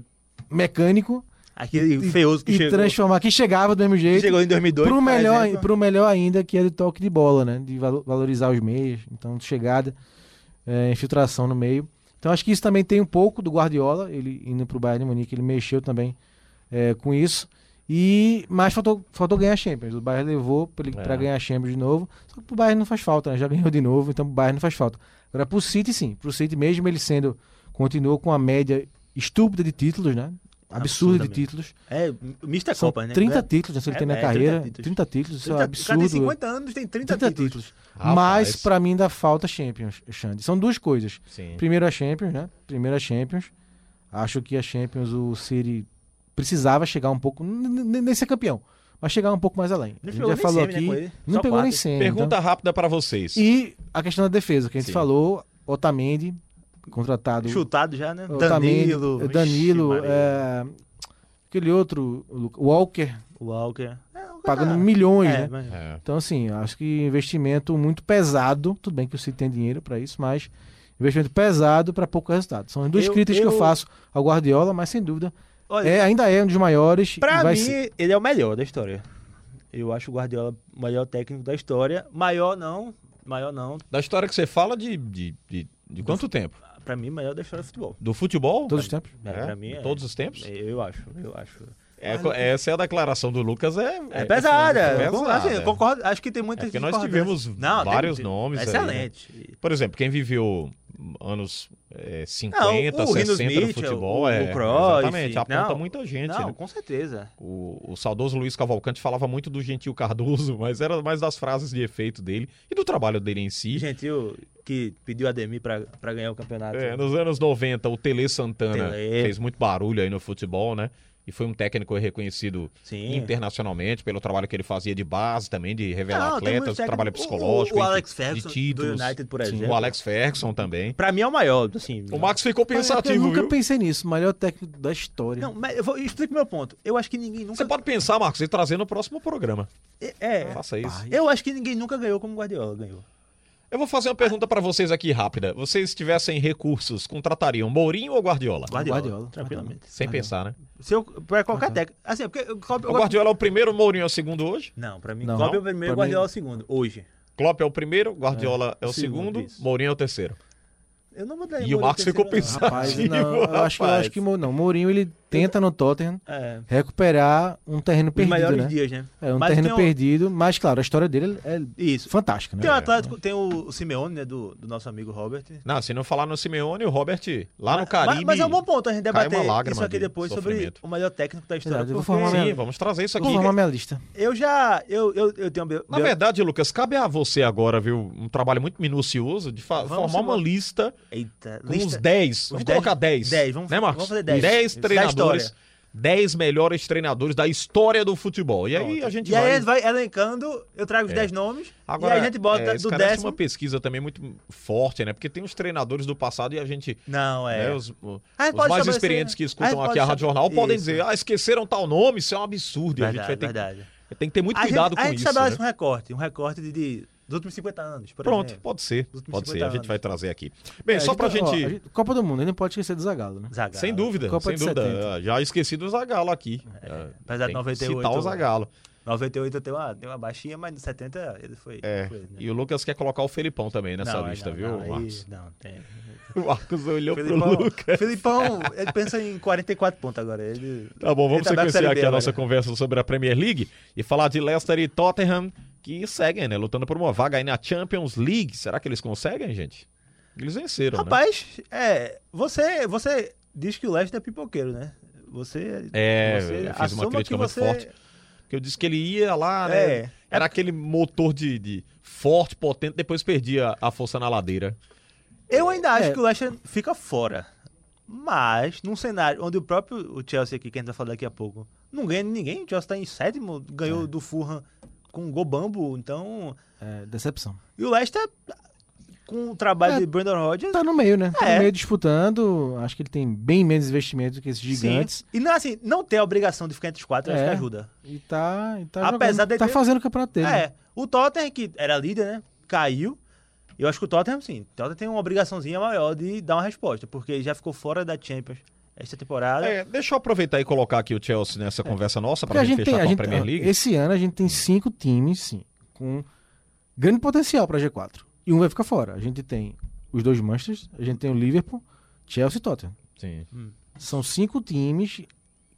F: mecânico
E: Aquele feioso que
F: e
E: chegou.
F: transformar, que chegava do mesmo
E: que né?
F: jeito.
E: Chegou em 2002.
F: pro
E: por
F: melhor,
E: exemplo.
F: pro melhor ainda, que é do toque de bola, né? De valo- valorizar os meios, então chegada, é, infiltração no meio. Então acho que isso também tem um pouco do Guardiola, ele indo pro Bayern de Munique, ele mexeu também é, com isso. E mas faltou, faltou ganhar a Champions. O Bayern levou pra, ele-
D: É.
F: pra ganhar a Champions de novo. Só que pro Bayern não faz falta, né? Já ganhou de novo, então pro Bayern não faz falta. Agora pro City sim, pro City mesmo ele sendo continuou com a média estúpida de títulos, né? Absurda de
E: Absurdamente.
F: títulos.
E: É, Mr.
F: São
E: Copa, né?
F: 30 títulos, né? Se ele
E: É,
F: tem na
E: é, 30
F: carreira, 30
E: títulos.
F: títulos, isso é
E: O cara
F: absurdo.
E: tem 50 anos, tem 30,
F: 30
E: títulos.
F: títulos.
D: Rapaz.
F: Mas pra mim ainda falta Champions, Xande. São duas coisas.
D: Sim.
F: Primeiro a Champions, né? Primeiro a Champions. Acho que a Champions, o City precisava chegar um pouco, n- n- nem ser campeão, mas chegar um pouco mais além. A gente
E: pegou
F: já
E: nem
F: falou
E: semi, né,
F: aqui,
E: com ele.
F: não
E: Só
F: pegou nem
E: quartas.
F: semi. então-
D: Pergunta rápida pra vocês.
F: E a questão da defesa, que a gente
D: Sim.
F: falou, Otamendi, contratado.
E: Chutado já, né?
F: Otamendi,
E: Danilo.
F: Danilo,
E: Ixi, Maria.
F: é, aquele outro, o Lu- Walker,
E: Walker. É, o
F: pagando
E: cara-
F: milhões,
E: É,
F: né?
E: mas-
D: É.
F: Então, assim, acho que investimento muito pesado. Tudo bem que o City tem dinheiro para isso, mas investimento pesado para pouco resultado. São as duas
E: Eu-
F: críticas que eu
E: eu-
F: faço ao Guardiola, mas sem dúvida,
E: Olha,
F: é, ainda é um dos maiores. e
E: Pra
F: vai
E: mim,
F: ser-
E: ele é o melhor da história. Eu acho o Guardiola o maior técnico da história. Maior não, maior não.
D: Da história que você fala de, de, de, de quanto tempo?
E: Pra mim, maior da história do futebol.
D: Do futebol?
F: todos os tempos.
E: É, pra mim,
D: de
E: é.
D: Todos os tempos?
E: É, Eu acho, eu acho.
D: É, co- essa é a declaração do Lucas. É,
E: É, pesada.
D: é
E: eu con- assim, eu concordo, acho que tem muita
D: É porque nós
E: discordância.
D: tivemos
E: tem-
D: vários
E: tem-
D: nomes aí,
E: Excelente.
D: Por exemplo, quem viveu anos eh, 50,
E: Não, o Rino
D: 60 do
E: Smith,
D: futebol,
E: o- o
D: é,
E: Cruyff,
D: exatamente, aponta
E: não,
D: muita gente,
E: Não,
D: né?
E: com certeza.
D: O, o saudoso Luiz Cavalcante falava muito do Gentil Cardoso, (laughs) mas era mais das frases de efeito dele e do trabalho dele em si.
E: E Gentil, que pediu a Demi pra, pra ganhar o campeonato.
D: É, nos anos 90, o Tele Santana
E: Tele.
D: fez muito barulho aí no futebol, né? E foi um técnico reconhecido
E: Sim.
D: internacionalmente pelo trabalho que ele fazia de base também, de revelar
E: Não, tem muito
D: atletas,
E: técnico.
D: trabalho psicológico,
E: O, o
D: enfim,
E: Alex
D: de
E: Ferguson do
D: títulos.
E: United, por
D: Sim,
E: exemplo.
D: o Alex Ferguson também.
E: Pra mim é o maior, assim.
D: O Max ficou
F: eu
D: pensativo,
F: nunca
D: viu?
F: pensei nisso. Maior técnico da história.
E: Não, mas eu vou, eu explico meu ponto. Eu acho que ninguém nunca...
D: Você pode pensar, Marcos, e trazer no próximo programa.
E: É,
D: Faça isso.
E: eu acho que ninguém nunca ganhou como o Guardiola ganhou.
D: Eu vou fazer uma pergunta pra vocês aqui rápida. Vocês tivessem recursos, contratariam Mourinho ou Guardiola?
E: Guardiola,
F: Guardiola.
E: tranquilamente.
D: Sem pensar, né?
E: Se eu, pra qualquer técnico... Assim, é porque... eu- Klopp-
D: O Guardiola é o primeiro, Mourinho é o segundo hoje.
E: Não, pra mim,
F: Não.
E: Klopp é o
F: Pra
E: primeiro,
F: mim-
E: Guardiola é o segundo, hoje.
D: Klopp é o primeiro, Guardiola é, o
E: segundo,
D: segundo,
E: isso.
D: Mourinho é o terceiro.
E: Eu não mudaria
D: E o
E: Mourinho
D: Max ficou
E: terceiro, não.
D: pensando.
F: Rapaz,
D: Tadinho,
F: não, eu acho, eu
D: rapaz.
F: acho que Mou- não. Mourinho ele tenta no Tottenham
E: É,
F: recuperar um terreno
E: os
F: perdido,
E: melhores
F: né?
E: dias, né?
F: É um
E: Mas
F: terreno
E: tem
F: perdido, mas claro, a história dele é
E: Isso.
F: fantástica, né?
E: Tem um o Atlético, tem o Simeone, né, do, do nosso amigo Robert.
D: Não, se não falar no Simeone, o Robert lá no
E: Mas-
D: Caribe.
E: Mas, é um bom ponto a gente
D: cai uma
E: debater
D: lágrima
E: isso aqui
D: de
E: depois
D: sofrimento.
E: sobre o melhor técnico da história.
F: Verdade, eu vou
E: porque
F: formar minha-
D: Sim, vamos trazer isso aqui.
F: Vou formar minha lista.
E: Eu já. Eu, eu, eu tenho. Bio...
D: Na verdade, Lucas, cabe a você agora, viu? Um trabalho muito minucioso de fa-
E: Vamos
D: formar uma
E: embora.
D: lista
E: Eita,
D: com
E: lista.
D: uns 10. Vamos
E: dez-
D: colocar 10.
E: dez, vamos-
D: né, Marcos?
E: vamos fazer dez. Isso, da
D: treinadores.
E: história.
D: 10 melhores treinadores da história do futebol. E aí a gente
E: e
D: vai.
E: aí a gente vai elencando, eu trago os 10 nomes e aí a gente bota
D: é, isso
E: do
D: carece
E: décimo.
D: uma pesquisa também muito forte, né? Porque tem os treinadores do passado e a gente.
E: Não, é.
D: né, os o-
E: Ah,
D: os
E: pode
D: mais
E: estabelecer-
D: experientes que
E: Ah,
D: escutam
E: pode
D: aqui a Rádio
E: estabelecer-
D: Jornal podem
E: Isso.
D: dizer, ah, esqueceram tal nome, isso é um absurdo. e a gente vai
E: Verdade,
D: ter
E: verdade.
D: que, tem que ter muito
E: A gente-
D: cuidado
E: a
D: com
E: gente
D: isso.
E: estabelece
D: né?
E: um recorte, um recorte de, de- dos últimos 50 anos, por
D: Pronto,
E: exemplo.
D: pode ser.
E: Dos últimos
D: Pode ser,
E: 50
D: a gente
E: anos. É,
D: vai trazer aqui. Bem, só
E: tá,
D: pra
F: ó,
D: gente.
F: a Copa do Mundo, a gente não pode esquecer do Zagallo, né?
E: Zagallo.
D: Sem dúvida,
F: Copa
D: sem
F: de
D: dúvida.
F: 70.
D: Ah, Já esqueci do Zagalo aqui.
E: É,
D: É,
E: apesar de
D: Tem que
E: 98
D: Citar o Zagalo.
E: 98 eu tenho uma, tenho uma baixinha, mas no 70 ele foi.
D: É.
E: foi, né?
D: E o Lucas quer colocar o Felipão também nessa
E: Não,
D: lista,
E: não,
D: viu,
E: não, aí-
D: Marcos?
E: (laughs) Não, tem.
D: O Marcos olhou pro
E: Filipão,
D: Lucas.
E: Filipão, ele pensa em 44 pontos agora. Ele,
D: (laughs) Tá bom, vamos
E: ele tá bem
D: sequenciar
E: com Série
D: aqui
E: B
D: a
E: agora.
D: nossa conversa sobre a Premier League e falar de Leicester e Tottenham, que seguem, né? Lutando por uma vaga aí na Champions League. Será que eles conseguem, gente? Eles venceram, né?
E: Rapaz, é, você, você diz que o Leste é pipoqueiro, né? Você.
D: É,
E: você
D: eu fiz uma
E: assuma
D: crítica
E: que
D: muito
E: você-
D: forte. Porque eu disse que ele ia lá, né?
E: É.
D: Era aquele motor de, de forte, potente, depois perdia a força na ladeira.
E: Eu ainda acho
F: É.
E: que o Leste fica fora. Mas, num cenário onde o próprio o Chelsea aqui, que a gente vai falar daqui a pouco, não ganha de ninguém, o Chelsea tá em sétimo, ganhou do Fulham com o Gobambo, então.
F: É, decepção.
E: E o Leste com o trabalho
F: É.
E: de Brandon Rodgers.
F: Tá no meio, né? Tá
E: É.
F: no meio disputando. Acho que ele tem bem menos investimento do que esses gigantes.
E: Sim. E não, assim, não ter a obrigação de ficar entre os quatro, eu acho
F: É.
E: que ajuda.
F: E tá. E tá
E: Apesar
F: jogando,
E: de
F: Tá
E: ter-
F: fazendo o campeonato dele. né?
E: É, o Tottenham, que era líder, né? Caiu. Eu acho que o Tottenham, sim, o Tottenham tem uma obrigaçãozinha maior de dar uma resposta, porque já ficou fora da Champions esta temporada.
D: É, deixa eu aproveitar e colocar aqui o Chelsea nessa conversa nossa
F: É. Porque
D: pra
F: a
D: gente
F: gente
D: fechar
F: tem.
D: com
F: A
D: a
F: gente,
D: Premier League.
F: Esse ano a gente tem cinco times, sim, com grande potencial pra G4. E um vai ficar fora. A gente tem os dois Manchester, a gente tem o Liverpool, Chelsea e Tottenham.
D: Sim.
F: São cinco times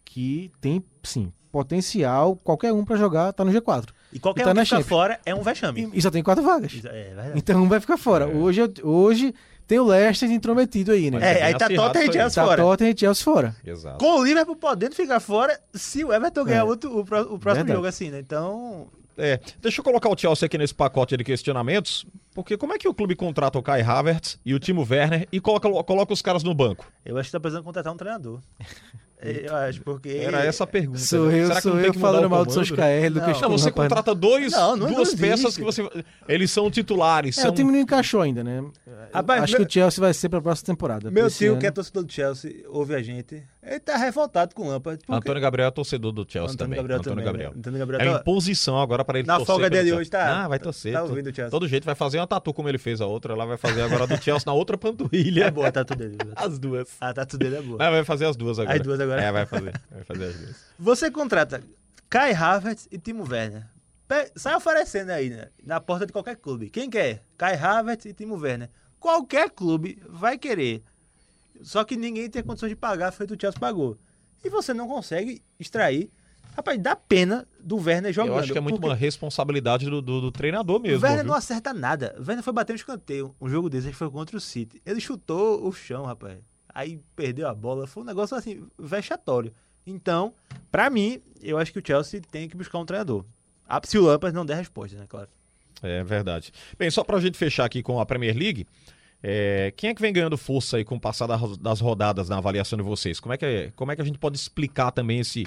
F: que tem, sim, potencial. Qualquer um pra jogar tá no G4.
E: E qualquer
F: E tá
E: um
F: na
E: que fica
F: Champions.
E: fora é um vexame.
F: E, e só tem quatro vagas.
E: Isso- É verdade.
F: (laughs) Então um vai ficar fora. Hoje, eu- hoje tem o Leicester intrometido aí, né?
D: É bem
E: É, aí tá
D: acirrado
E: Tottenham e
D: isso aí.
E: Chelsea
F: tá
E: fora.
F: Tottenham e Chelsea fora.
D: Exato.
E: Com o Liverpool podendo ficar fora se o Everton ganhar
F: É.
E: outro, o, pró- o próximo
F: Verdade.
E: jogo, assim, né? Então.
D: É, deixa eu colocar o Chelsea aqui nesse pacote de questionamentos. Porque como é que o clube contrata o Kai Havertz e o Timo Werner e coloca, coloca os caras no banco?
E: Eu acho que tá precisando contratar um treinador. É, eu acho, porque.
D: Era essa a pergunta.
F: É, Sou
D: né?
F: eu,
D: Será que
F: sou
D: não tem
F: eu
D: que mudar
F: falando
D: o
F: mal do
D: comando?
F: Soscaer, do
E: Não,
F: Cascudo.
D: Não, você
F: rapaz.
D: contrata dois,
E: Não, não
D: duas
E: existe.
D: peças que você. Eles são titulares.
F: É,
D: são...
F: o time não encaixou ainda, né?
E: um Rapaz,
F: Acho
E: meu-
F: que o Chelsea vai ser pra próxima temporada.
E: Meu
F: Esse
E: tio,
F: ano-
E: que é torcedor do Chelsea, ouve a gente. Ele tá revoltado com o Lampard. porque-
D: Antônio Gabriel é torcedor do Chelsea
E: Antônio
D: também.
E: Gabriel
D: Antônio
E: também,
D: Gabriel.
E: né? Antônio Gabriel
D: é uma
E: tá-
D: imposição agora para ele
E: Na
D: torcer
E: folga
D: pelo
E: dele
D: Chelsea.
E: hoje tá-
D: Ah, vai
E: tá-
D: torcer.
E: tá
D: todo-
E: ouvindo o Chelsea.
D: Todo jeito vai fazer uma tatu como ele fez a outra, ela vai fazer agora a do Chelsea na outra panturrilha.
E: (laughs) É boa a tatu dele.
D: As duas.
E: A tatu dele é boa.
D: Ah, vai fazer as duas agora.
E: As duas agora.
D: É, vai fazer. Vai fazer as duas.
E: Você contrata Kai Havertz e Timo Werner. Pe- Sai oferecendo aí, né? Na porta de qualquer clube. Quem quer? Kai Havertz e Timo Werner. Qualquer clube vai querer. Só que ninguém tem condições de pagar feito o Chelsea pagou. E você não consegue extrair. Rapaz, dá pena do Werner jogando.
D: Eu acho que é muito
E: Então, porque
D: uma responsabilidade do, do- do treinador
E: O
D: mesmo.
E: Werner
D: viu?
E: não acerta nada. O Werner foi bater um escanteio. Um jogo desse acho que foi contra o City. Ele chutou o chão, rapaz. Aí perdeu a bola. Foi um negócio assim, vexatório. Então, pra mim, eu acho que o Chelsea tem que buscar um treinador. Ah, Se o Lampard não der resposta, né, claro.
D: É verdade. Bem, só pra gente fechar aqui com a Premier League, é, quem é que vem ganhando força aí com o passar da- das rodadas na avaliação de vocês? Como é, que, é- como é que a gente pode explicar também esse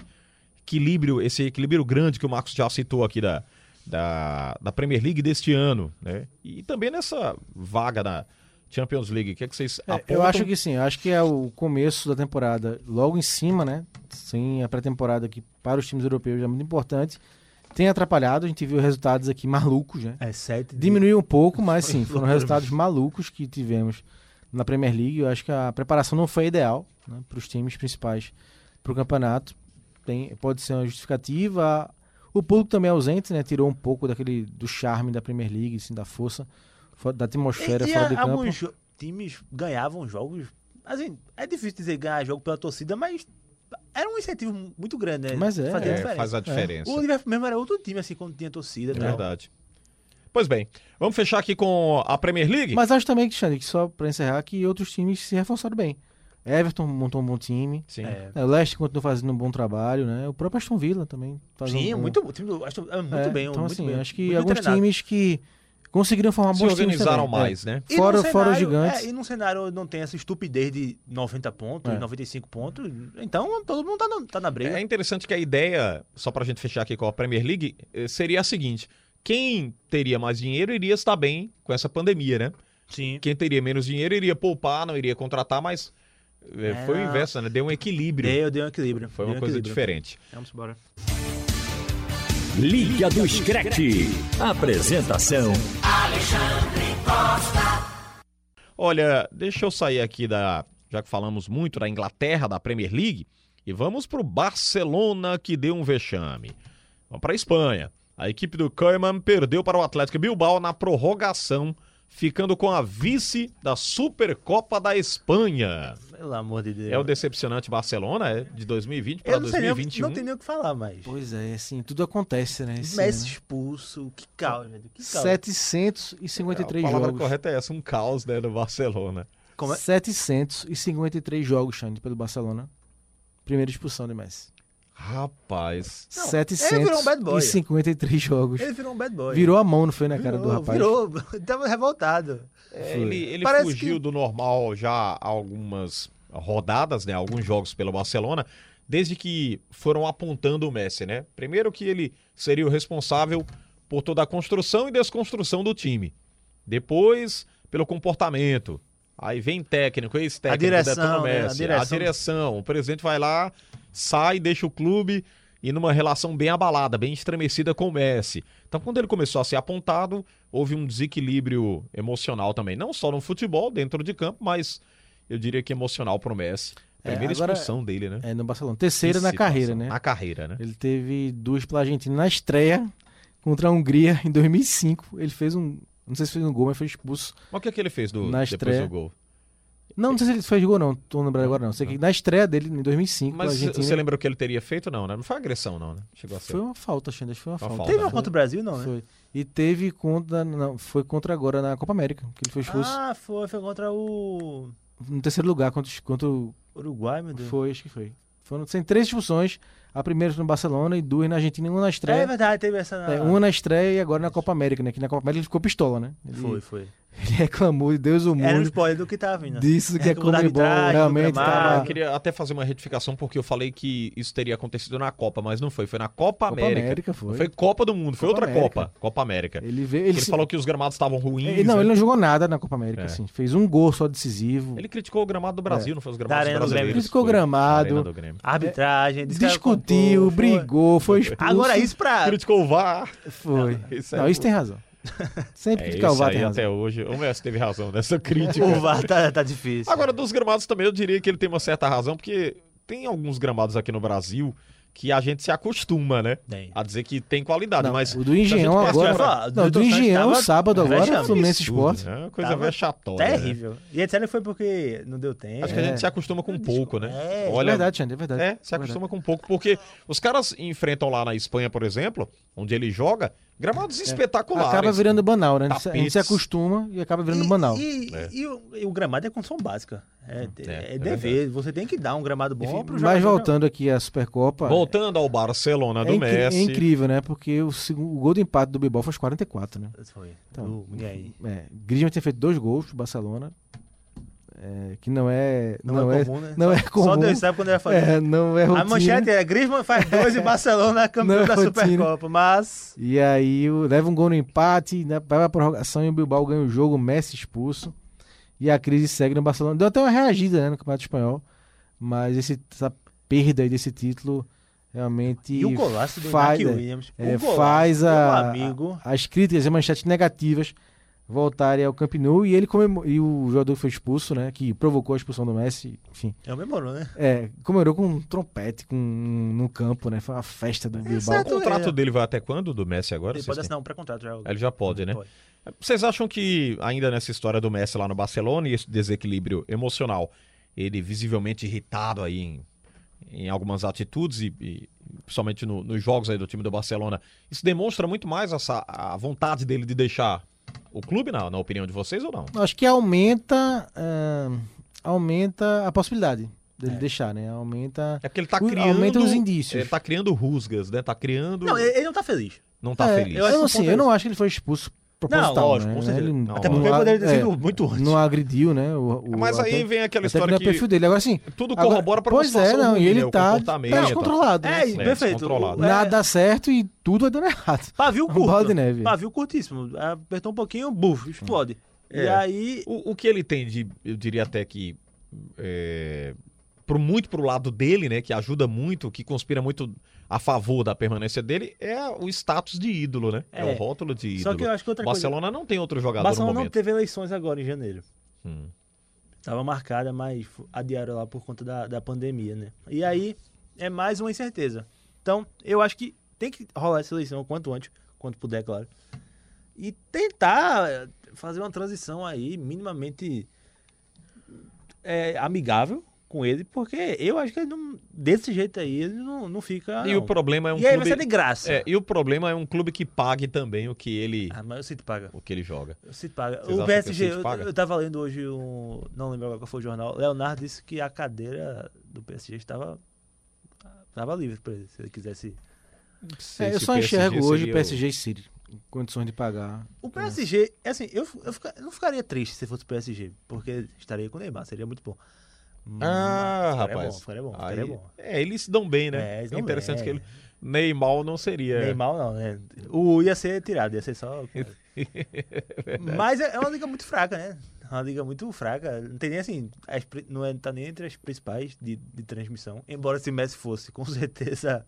D: equilíbrio, esse equilíbrio grande que o Marcos já citou aqui da, da, da Premier League deste ano, né? E também nessa vaga da Champions League, o que é que vocês
F: É,
D: apontam?
F: eu acho que sim, eu acho que é o começo da temporada, logo em cima, né? Sim, a pré-temporada que para os times europeus é muito importante. Tem atrapalhado, a gente viu resultados aqui malucos, né?
E: É, sete.
F: Diminuiu um pouco,
E: (laughs)
F: mas sim, foram resultados malucos que tivemos na Premier League. Eu acho que a preparação não foi ideal né, para os times principais para o campeonato. Tem, pode ser uma justificativa. O público também é ausente, né? Tirou um pouco daquele do charme da Premier League, assim, da força, fo- da atmosfera
E: e, e
F: fora
E: a-
F: de campo.
E: alguns jo- times ganhavam jogos. Assim, é difícil dizer ganhar jogo pela torcida, mas era um incentivo muito grande, né?
F: Mas é,
E: Fazia
F: é,
E: diferença.
D: faz a diferença.
E: O Liverpool mesmo era outro time, assim, quando tinha torcida. e
D: É
F: né?
E: tal.
D: verdade. Pois bem, vamos fechar aqui com a Premier League?
F: Mas acho também, Xande, que só para encerrar, que outros times se reforçaram bem. Everton montou um bom time.
D: Sim.
E: É.
F: né, O Leste continua fazendo um bom trabalho, né? O próprio Aston Villa também. faz
E: Sim,
F: um, um-
E: muito, o time do Aston é muito
F: É,
E: bem.
F: Então,
E: muito
F: assim,
E: bem,
F: acho que
E: muito
F: alguns
E: treinado.
F: times que conseguiram formar
D: Se
F: bons times
D: organizaram
F: um também,
D: mais,
F: é.
D: né?
E: E
F: Fora,
E: num
F: fora
E: cenário-
F: os gigantes.
E: é, e num cenário não tem essa estupidez de 90 pontos,
F: É.
E: 95 pontos. Então todo mundo tá na, tá na briga.
D: É interessante que a ideia, só pra gente fechar aqui com a Premier League, eh, seria a seguinte: quem teria mais dinheiro iria estar bem com essa pandemia, né?
E: Sim.
D: Quem teria menos dinheiro iria poupar, não iria contratar, mas eh,
E: É,
D: foi o
E: não.
D: inverso, né? Deu um equilíbrio.
E: Deu, deu um equilíbrio.
D: Foi
E: deu
D: uma
E: um
D: coisa
E: equilíbrio.
D: diferente.
E: Vamos embora.
B: Liga do Screte. Apresentação:
D: Olha, deixa eu sair aqui da. Já que falamos muito da Inglaterra, da Premier League, e vamos pro Barcelona que deu um vexame. Vamos pra Espanha. A equipe do Koeman perdeu para o Atlético Bilbao na prorrogação, ficando com a vice da Supercopa da Espanha.
E: Pelo amor de Deus.
D: É o decepcionante Barcelona, é de 2020 para
E: Eu não sei nem, o-
D: 2021.
E: não tem nem o que falar mais.
F: Pois é, assim, tudo acontece, né? esse
E: Messi
F: ano.
E: expulso, que caos, velho. Que caos.
F: 753
D: a palavra
F: jogos.
D: correta é essa, um caos né, do Barcelona.
E: Como é?
F: 753 jogos, Xande, pelo Barcelona. Primeira expulsão de Messi.
D: Rapaz.
E: Não, ele virou um bad boy.
F: 753 jogos.
E: Ele virou um bad boy.
F: Virou a mão, não foi na cara do
E: Virou,
F: rapaz?
E: Virou, (laughs) tava revoltado.
D: É, ele ele
E: Parece
D: fugiu
E: que-
D: do normal já há algumas rodadas, né? Alguns jogos pelo Barcelona, desde que foram apontando o Messi, né? Primeiro que ele seria o responsável por toda a construção e desconstrução do time. Depois, pelo comportamento. Aí vem técnico, ex-técnico,
E: A direção,
D: detona o
E: né? A
D: Messi.
E: direção.
D: direção. O presidente vai lá, sai, deixa o clube e numa relação bem abalada, bem estremecida com o Messi. Então, quando ele começou a ser apontado, houve um desequilíbrio emocional também. Não só no futebol, dentro de campo, mas eu diria que emocional pro Messi.
F: É,
D: Primeira
F: agora-
D: expulsão dele, né?
F: É, no Barcelona. Terceira
D: Que
F: na
D: situação.
F: carreira, né?
D: Na carreira, né?
F: Ele teve duas pela Argentina na estreia contra a Hungria em 2005. Ele fez um. Não sei se fez um gol, mas foi expulso.
D: Mas o que, é que ele fez do,
F: Na
D: depois
F: estreia.
D: do gol?
F: Não, não sei se ele fez gol, não. Tô lembrando agora, não. Sei que na estreia dele em 2005
D: Mas
F: pela Argentina.
D: você lembra o que ele teria feito? Não, né? Não foi agressão, não, né? Chegou a ser.
F: Foi um uma falta, Xandas. Foi uma,
D: Uma
F: falta.
D: falta,
E: Teve
D: né?
E: uma contra o Brasil, não, né?
F: Foi. E teve contra. Não, foi contra agora na Copa América, que ele foi expulso
E: Ah, foi, foi contra o
F: no terceiro lugar contra, os- contra o.
E: Uruguai, meu Deus.
F: Foi, acho que foi. Foram sem três expulsões. A primeira foi no Barcelona e duas na Argentina e uma na
E: É
F: estreia.
E: verdade, teve essa. na-
F: É, uma na estreia e agora na Copa América, né? Que na Copa América ele ficou pistola, né? Ele,
E: Foi, foi.
F: ele reclamou de Deus o
E: Era um
F: mundo.
E: spoiler do que tava vindo.
F: Disso que é
E: Do- da
F: Comebol,
E: arbitragem, do
F: realmente
E: gramado.
D: Ah,
F: tava-
D: eu queria até fazer uma retificação, porque eu falei que isso teria acontecido na Copa, mas não foi. Foi na Copa,
F: Copa
D: América.
F: América, foi.
D: Não foi Copa do Mundo, foi
F: Copa
D: outra
F: América.
D: Copa. Copa América. Ele,
F: Ele veio. Ele, se-
D: falou que os gramados estavam ruins.
F: ele- não,
D: né?
F: ele não jogou nada na Copa América,
D: É.
F: assim. Fez um gol só decisivo.
D: Ele criticou o gramado do Brasil, não foi os gramados
E: Arena do Grêmio.
D: brasileiros.
F: Criticou o
D: Foi.
F: gramado.
D: Arena do Grêmio.
E: Arbitragem, disse que era
F: discutiu,
E: complô, foi.
F: brigou, foi expulso.
E: Agora é isso pra.
D: Criticou o VAR.
F: foi.
D: Isso é
F: não, isso tem
D: (laughs)
F: razão. Sempre
D: É
F: que
D: isso
F: Calvar
D: aí
F: tem razão.
D: até hoje. O Messi teve razão nessa crítica.
E: O VAR tá, tá difícil.
D: Agora, dos gramados também, eu diria que ele tem uma certa razão, porque tem alguns gramados aqui no Brasil que a gente se acostuma, né?
E: Tem.
D: A dizer que tem qualidade,
F: Não,
D: mas...
F: o do
D: se a gente
F: Engenhão
D: passa
F: agora.
D: pra-
E: Ah, o
F: não, o do
E: Newton Santos
F: Engenhão,
E: tava-
F: sábado agora,
E: Vexame.
F: Fluminense Esporte.
D: É uma coisa
E: Tava
D: vexatória.
F: é.
D: né?
E: Terrível. E a disseram que foi porque não deu tempo.
D: Acho que a gente se acostuma com pouco, né?
E: É,
F: É verdade, Xander, é verdade.
D: É, se acostuma com pouco, porque os caras enfrentam lá na Espanha, por exemplo, onde ele joga, gramados espetaculares.
F: Acaba virando banal, né? A gente, se- a gente se
D: Tapetes.
F: acostuma e acaba virando
E: E-
F: banal.
E: E,
D: É.
E: e o, e o gramado é condição básica. É,
F: Hum,
E: é,
D: é
E: dever. Você tem que dar um gramado bom
F: Enfim,
E: pro jogador.
F: mas voltando aqui à Supercopa.
D: Voltando ao Barcelona
F: é,
D: do
F: incri- é
D: Messi.
F: incrível, né? Porque o, segu- o gol do empate do Bibol foi aos 44, né?
E: Foi.
F: Então,
E: Do- e aí?
F: É, Griezmann tinha feito dois gols pro Barcelona, é, que não é...
E: Não, é comum, né?
F: (laughs) Não
E: só,
F: é comum.
E: Só Deus sabe quando ele vai fazer.
F: É, não é
E: a
F: rotina.
E: manchete é Griezmann faz dois
F: (laughs)
E: e Barcelona é campeão
F: Não é
E: da
F: rotina.
E: Supercopa, mas...
F: E aí o- leva um gol no empate, né, vai pra prorrogação e o Bilbao ganha o jogo, o Messi expulso. E a crise segue no Barcelona. Deu até uma reagida né, no Campeonato Espanhol, mas esse- essa perda aí desse título realmente
E: E o golaço do
F: faz,
E: Inaki Williams.
F: é,
E: o golaço,
F: faz a-
E: meu amigo.
F: as críticas e as manchetes negativas voltarem ao Camp Nou e ele comemo- e o jogador que foi expulso, né, que provocou a expulsão do Messi, enfim,
E: É o mesmo, né?
F: é, comemorou com um trompete com, no campo, né, foi uma festa do Bilbao.
D: O contrato dele vai até quando, do Messi agora?
E: Ele
D: Vocês
E: pode
D: têm?
E: assinar um pré-contrato já.
D: Ele já pode, né?
E: Pode.
D: Vocês acham que, ainda nessa história do Messi lá no Barcelona e esse desequilíbrio emocional, ele visivelmente irritado aí em, em algumas atitudes e, e principalmente no- nos jogos aí do time do Barcelona, isso demonstra muito mais essa, a vontade dele de deixar o clube, na, na opinião de vocês, ou não?
F: Acho que aumenta, ah, aumenta a possibilidade dele deixar, né? Aumenta.
D: É porque ele tá
F: O-
D: criando...
F: aumenta os indícios.
D: Ele tá criando rusgas, né? Tá criando...
E: Não, ele ele não tá feliz.
D: Não tá
F: É,
D: feliz.
F: Eu,
E: acho
F: não,
E: que o
F: assim,
E: ponto é
F: eu não acho que ele foi expulso proposital.
E: lógico,
F: né?
E: com certeza.
F: Ele
D: Até
F: não
D: porque
F: a-
E: poderia ter
F: é,
E: sido um muito antes.
F: Não agrediu, né? O, o-
D: Mas aí
F: até-
D: vem aquela
F: até é
D: história
F: no
D: que
F: perfil dele. Agora sim.
D: tudo corrobora pra uma
F: Pois é,
D: situação
F: não.
D: ruim,
F: E
D: né?
F: ele
D: O
F: tá, tá
D: comportamento e tal.
F: descontrolado. né?
E: É,
F: Assim,
D: né?
E: perfeito.
D: Descontrolado.
E: É,
F: Nada dá certo e tudo vai dando errado.
E: Pavio
F: Um
E: curto.
F: balde de neve.
E: Pavio curtíssimo. Apertou um pouquinho, buf, explode. E
D: É.
E: aí.
D: O, o que ele tem de, eu diria até que é, pro, muito pro lado dele, né, que ajuda muito, que conspira muito a favor da permanência dele, é o status de ídolo, né? É,
E: É.
D: o rótulo de ídolo.
E: Só que eu acho que outra
D: o
E: coisa.
D: Barcelona não tem outro
E: O
D: jogador
E: Barcelona
D: no
E: não
D: momento.
E: teve eleições agora em janeiro.
D: Hum.
E: Tava marcada, mas fu- adiaram lá por conta da, da pandemia, né? E aí é mais uma incerteza. Então, eu acho que tem que rolar essa eleição o quanto antes, quanto puder, claro. E tentar eh, fazer uma transição aí minimamente eh, amigável com ele, porque eu acho que ele não, desse jeito aí ele não, não fica.
D: E
E: não.
D: o problema é um
E: E aí vai
D: clube.
E: ser de graça.
D: é, e o problema é um clube que pague também o que ele,
E: Ah, mas o City paga.
D: o que ele joga.
E: O City paga.
D: Vocês acham que
E: o
D: o
E: PSG,
D: City
E: eu-
D: paga?
E: Eu, tava lendo hoje um. Não lembro agora qual foi o jornal. Leonardo disse que a cadeira do PSG estava. Estava livre pra ele, se ele quisesse.
D: Se-
F: É, eu
D: se
F: só
D: o
F: enxergo hoje
D: seria o-
F: PSG e City. em Condições de pagar.
E: O PSG, é assim, eu, eu, fica- eu não ficaria triste se fosse o PSG, porque estaria com o Neymar, seria muito bom. Hum,
D: Ah,
E: Ficaria
D: rapaz.
E: é bom, ficaria bom,
D: Aí-
E: ficaria bom.
D: É, eles se dão bem,
E: É,
D: né?
E: eles dão
D: interessante
E: bem. é.
D: que ele. Neymar não
F: É.
D: seria.
E: Neymar não, né? O ia ser tirado, ia ser
F: (laughs)
E: só. Mas é é uma liga muito fraca, né? É uma liga muito fraca. Não tem nem assim. as pri- não é, tá nem entre as principais de, de transmissão. Embora se Messi fosse, com (laughs) certeza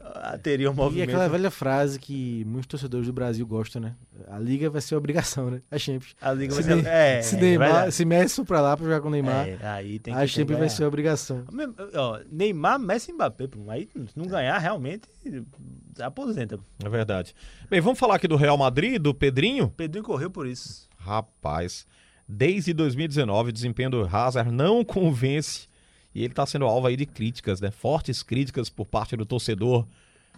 E: ah, teria um
F: E é
E: movimento.
F: aquela velha frase que muitos torcedores do Brasil gostam, né? A liga vai ser obrigação, né? A Champions.
E: A liga
F: Se,
E: vai ser-
F: Ne-
E: é,
F: se
E: é,
F: Neymar-
E: vai dar.
F: se Messi for pra lá pra jogar com o Neymar,
E: É, aí tem que
F: a Champions vai
E: ganhar.
F: ser obrigação.
E: Mesmo, ó, Neymar, Messi e Mbappé, pô, aí se não ganhar realmente aposenta.
D: É verdade. Bem, vamos falar aqui do Real Madrid, do Pedrinho.
E: Pedrinho correu por isso.
D: Rapaz, desde 2019, o desempenho do Hazard não (laughs) convence e ele tá sendo alvo aí de críticas, né? Fortes críticas por parte do torcedor.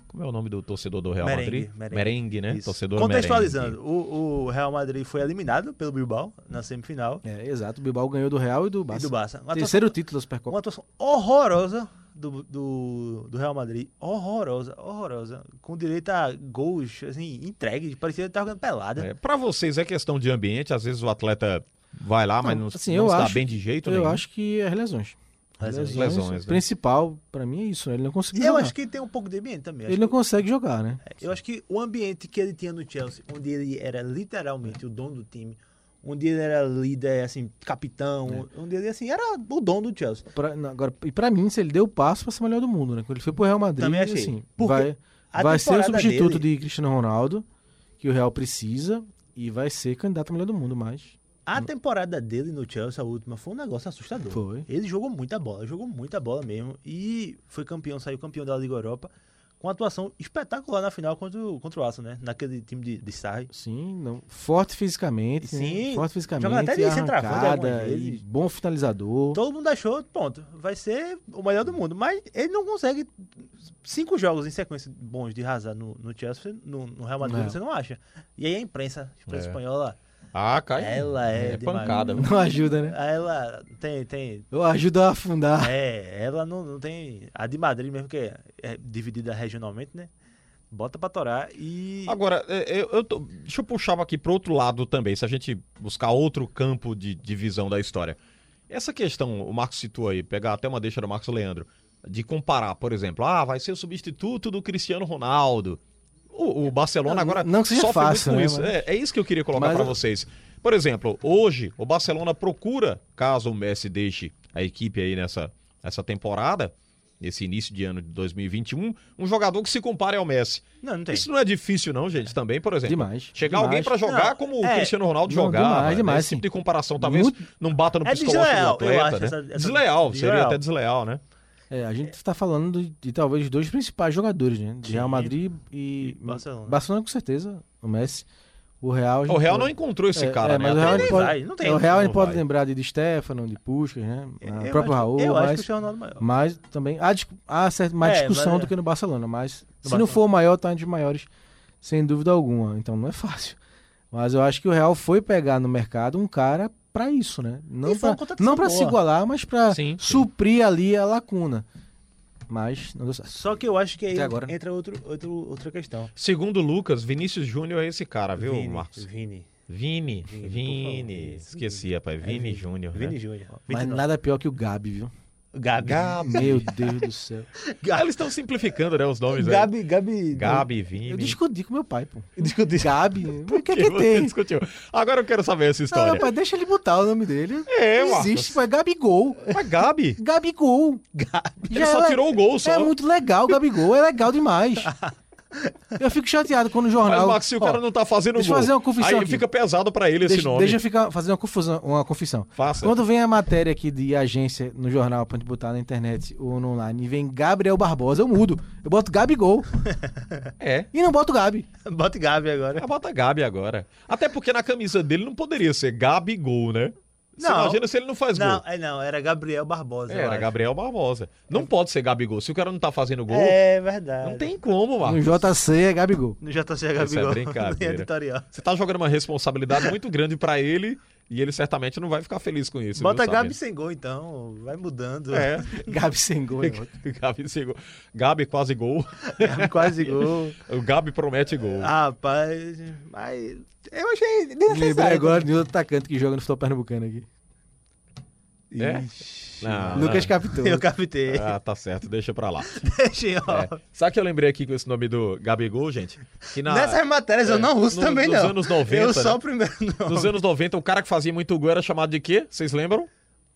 D: Como é o nome do torcedor do Real
E: Merengue,
D: Madrid?
E: merengue.
D: né?
E: Isso.
D: Torcedor merengue.
E: Contextualizando, o, o Real Madrid foi eliminado pelo Bilbao na semifinal
F: É, exato. O Bilbao ganhou do Real e do Barça.
E: e do Barça. Uma atuação,
F: Terceiro título da Supercopa.
E: uma atuação horrorosa do, do, do Real Madrid, horrorosa, horrorosa. Com direito a gols, assim, entregue. Parecia que tava jogando pelada.
D: É, pra vocês é questão de ambiente, às vezes o atleta vai lá, mas não,
F: assim,
D: não
F: eu
D: se dá
F: acho-
D: bem de jeito
F: Eu
D: nenhum.
F: acho que é lesões.
E: Lesões.
D: Lesões, né?
F: O principal, pra mim, é isso. né? Ele não conseguiu
E: Eu
F: jogar.
E: acho que tem um pouco de ambiente também. acho É.
F: Ele não consegue jogar, né?
E: Eu acho que o ambiente que ele tinha no Chelsea, onde ele era literalmente o dono do time, onde ele era líder, assim, capitão, onde ele, assim, era o dono do Chelsea.
F: Pra- na- agora, e pra mim, se ele deu o passo pra ser o melhor do mundo, né? Quando ele foi pro Real Madrid,
E: Também achei.
F: assim,
E: Porque
F: vai,
E: a
F: vai ser o
E: temporada
F: substituto
E: dele-
F: de Cristiano Ronaldo, que o Real precisa, e vai ser candidato ao melhor do mundo, mas.
E: A temporada dele no Chelsea, a última, foi um negócio assustador.
F: Foi.
E: Ele jogou muita bola, jogou muita bola mesmo, e foi campeão, saiu campeão da Liga Europa, com atuação espetacular na final contra o, contra o Arsenal, né? Naquele time de, de Sarri.
F: Sim, não, forte fisicamente.
E: Sim,
F: né? Forte fisicamente.
E: joga até de centroavante
F: arrancada,
E: algumas
F: e
E: vezes.
F: bom finalizador.
E: Todo mundo achou, pronto, vai ser o melhor do mundo. Mas ele não consegue cinco jogos em sequência bons de Hazard no, no Chelsea, no, no Real Madrid,
F: Não.
E: você não acha. E aí a imprensa, a imprensa
D: É.
E: espanhola,
D: Ah, cai.
E: Ela é demais.
D: pancada. viu?
F: (laughs) Não ajuda, né?
E: ela tem, tem,
F: Eu ajudo a
E: (laughs)
F: afundar.
E: é, ela não, não tem, a de Madrid mesmo, que é, é dividida regionalmente, né? Bota pra torar e...
F: Ah,
D: Agora, é, eu, eu tô- deixa eu puxar aqui para outro lado também, se a gente buscar outro campo de, de visão da história. Essa questão, o Marcos citou aí, pegar até uma deixa do Marcos Leandro, de comparar, por exemplo, ah, vai ser o substituto do Cristiano Ronaldo. O, o Barcelona
F: Não,
D: agora
F: não que seja
D: sofre muito
F: fácil,
D: com
F: né,
D: isso.
F: mas-
D: É, é isso que eu queria colocar
F: Mas
D: para
F: eu-
D: vocês. Por exemplo, hoje o Barcelona procura, caso o Messi deixe a equipe aí nessa, nessa temporada, nesse início de ano de 2021, um jogador que se compare ao Messi.
E: Não, não tem.
D: Isso não é difícil, não, gente, também,
E: É.
D: por exemplo.
F: Demais,
D: Chegar
F: demais.
D: alguém pra jogar
E: Não,
D: como o
E: é.
D: Cristiano Ronaldo
F: Não,
D: jogava.
F: demais,
D: né?
F: demais,
D: Esse tipo
F: sim.
D: de comparação talvez
F: Muito-
D: não bata no
E: É
D: psicológico
E: desleal,
D: do
E: eu
D: atleta,
E: acho
D: né?
E: essa- essa-
D: desleal, seria
E: desleal.
D: até desleal, né?
F: É, a gente tá falando de, de talvez os dois principais jogadores, né? De Real
E: Sim.
F: Madrid e,
E: E Barcelona.
F: com certeza, o Messi. O Real. a
D: O
F: gente
D: Real
F: pode-
D: não encontrou esse
F: É,
D: cara,
F: é,
D: né?
F: mas
D: Até
F: o
D: hoje.
F: Real, ele
E: nem
F: pode,
E: vai, não tem
F: é, o
E: como,
F: Real ele
E: não
F: pode
E: vai.
F: lembrar de Di Stefano, de Puskas, né?
E: É, Eu
F: o
E: acho
F: próprio
E: que-
F: Raul.
E: Eu acho que o
F: mas,
E: Cristiano Ronaldo é maior.
F: Então. mas também há, discu- há certo- mais
E: É,
F: discussão
E: mas-
F: do que no Barcelona, mas se
E: Barcelona.
F: não for o maior, tá entre os maiores, sem dúvida alguma. Então não é fácil. Mas eu acho que o Real foi pegar no mercado um cara pra isso, né? Não
E: E foi é uma
F: pra,
E: contratação
F: não pra se
E: boa.
F: igualar, mas pra
D: Sim, sim.
F: suprir ali a lacuna. Mas não deu certo.
E: Só que eu acho que aí
F: Até agora.
E: entra outro, outro, outra questão.
D: Segundo o Lucas, Vinícius Júnior é esse cara, viu, Marcos?
E: Vini.
D: Vini, Vini,
E: Vini, por favor. É
D: esqueci, rapaz, Vini, Júnior.
E: Vini
D: né?
E: Júnior.
F: Mas
E: 29.
F: nada pior que o Gabi, viu?
E: Gabi.
F: Meu Deus do céu.
D: (laughs) Ah, Eles estão simplificando, né, os nomes aí.
E: Gabi, Gabi.
D: Gabi, Vini.
F: Eu
D: (laughs)
F: discuti com meu pai, pô. Gabi, o que é
D: Que
F: que
D: você
F: tem?
D: discutiu. Agora eu quero saber essa
F: Não,
D: história.
F: não, pai, deixa ele botar o nome dele.
D: É,
F: Não
D: Marcos.
F: Existe, mas Gabigol.
D: Mas Gabi,
F: Gabigol.
D: ele
F: Já
D: só
F: é-
D: tirou o gol só.
F: É muito legal, Gabigol. É legal demais. Eu fico chateado quando o
D: Mas,
F: jornal.
D: Max, se o
F: Ó,
D: cara não tá fazendo
F: deixa eu
D: gol,
F: fazer uma confissão
D: aí
F: aqui.
D: fica pesado pra ele esse
F: deixa,
D: nome.
F: Deixa eu ficar, fazer uma confusão, uma confissão.
D: Faça.
F: Quando vem a matéria aqui de agência no jornal pra gente botar na internet ou no online e vem Gabriel Barbosa, eu mudo. Eu boto Gabigol
D: É.
F: e não boto Gabi.
E: (laughs) Bota Gabi agora.
D: Ah, Bota Gabi agora. Até porque na camisa dele não poderia ser Gabi Gol, né? Você
E: Não.
D: imagina se ele não faz
E: Não,
D: gol.
E: é, não, era Gabriel Barbosa. eu
D: Era
E: acho.
D: Gabriel Barbosa. Não pode ser Gabigol. Se o cara não tá fazendo gol,
E: É verdade.
D: não tem como,
F: No
D: Marcos.
F: JC é Gabigol.
E: No JC
D: Isso é
E: Gabigol. (laughs)
D: brincadeira.
E: Em editorial.
D: Você tá jogando uma responsabilidade muito grande pra ele e ele certamente não vai ficar feliz com isso.
E: Bota
D: viu,
E: Gabi
D: Samir?
E: sem gol, então. Vai mudando.
D: É,
F: Gabi sem
D: (laughs)
F: gol. é ótimo.
D: Gabi, sem gol. Gabi quase gol.
E: Gabi (laughs)
D: (laughs)
E: quase gol.
D: O Gabi promete gol.
E: Ah, rapaz. Mas eu achei
F: Lembrei
E: desnecessário.
F: agora de outro atacante que joga no futebol pernambucano aqui.
D: É? Não,
F: Lucas
D: não. (laughs)
F: Capitão.
E: Eu captei. (laughs)
D: Ah, tá certo, deixa pra lá.
E: Deixei, ó.
D: É. Sabe que eu lembrei aqui com esse nome do Gabigol, gente? Que na-
E: Nessas matérias eu não uso
D: é. no-
E: também,
D: nos
E: não.
D: anos 90,
E: Eu só
D: né?
E: o primeiro nome.
D: Nos anos 90, o cara que fazia muito gol era chamado de quê? Vocês lembram?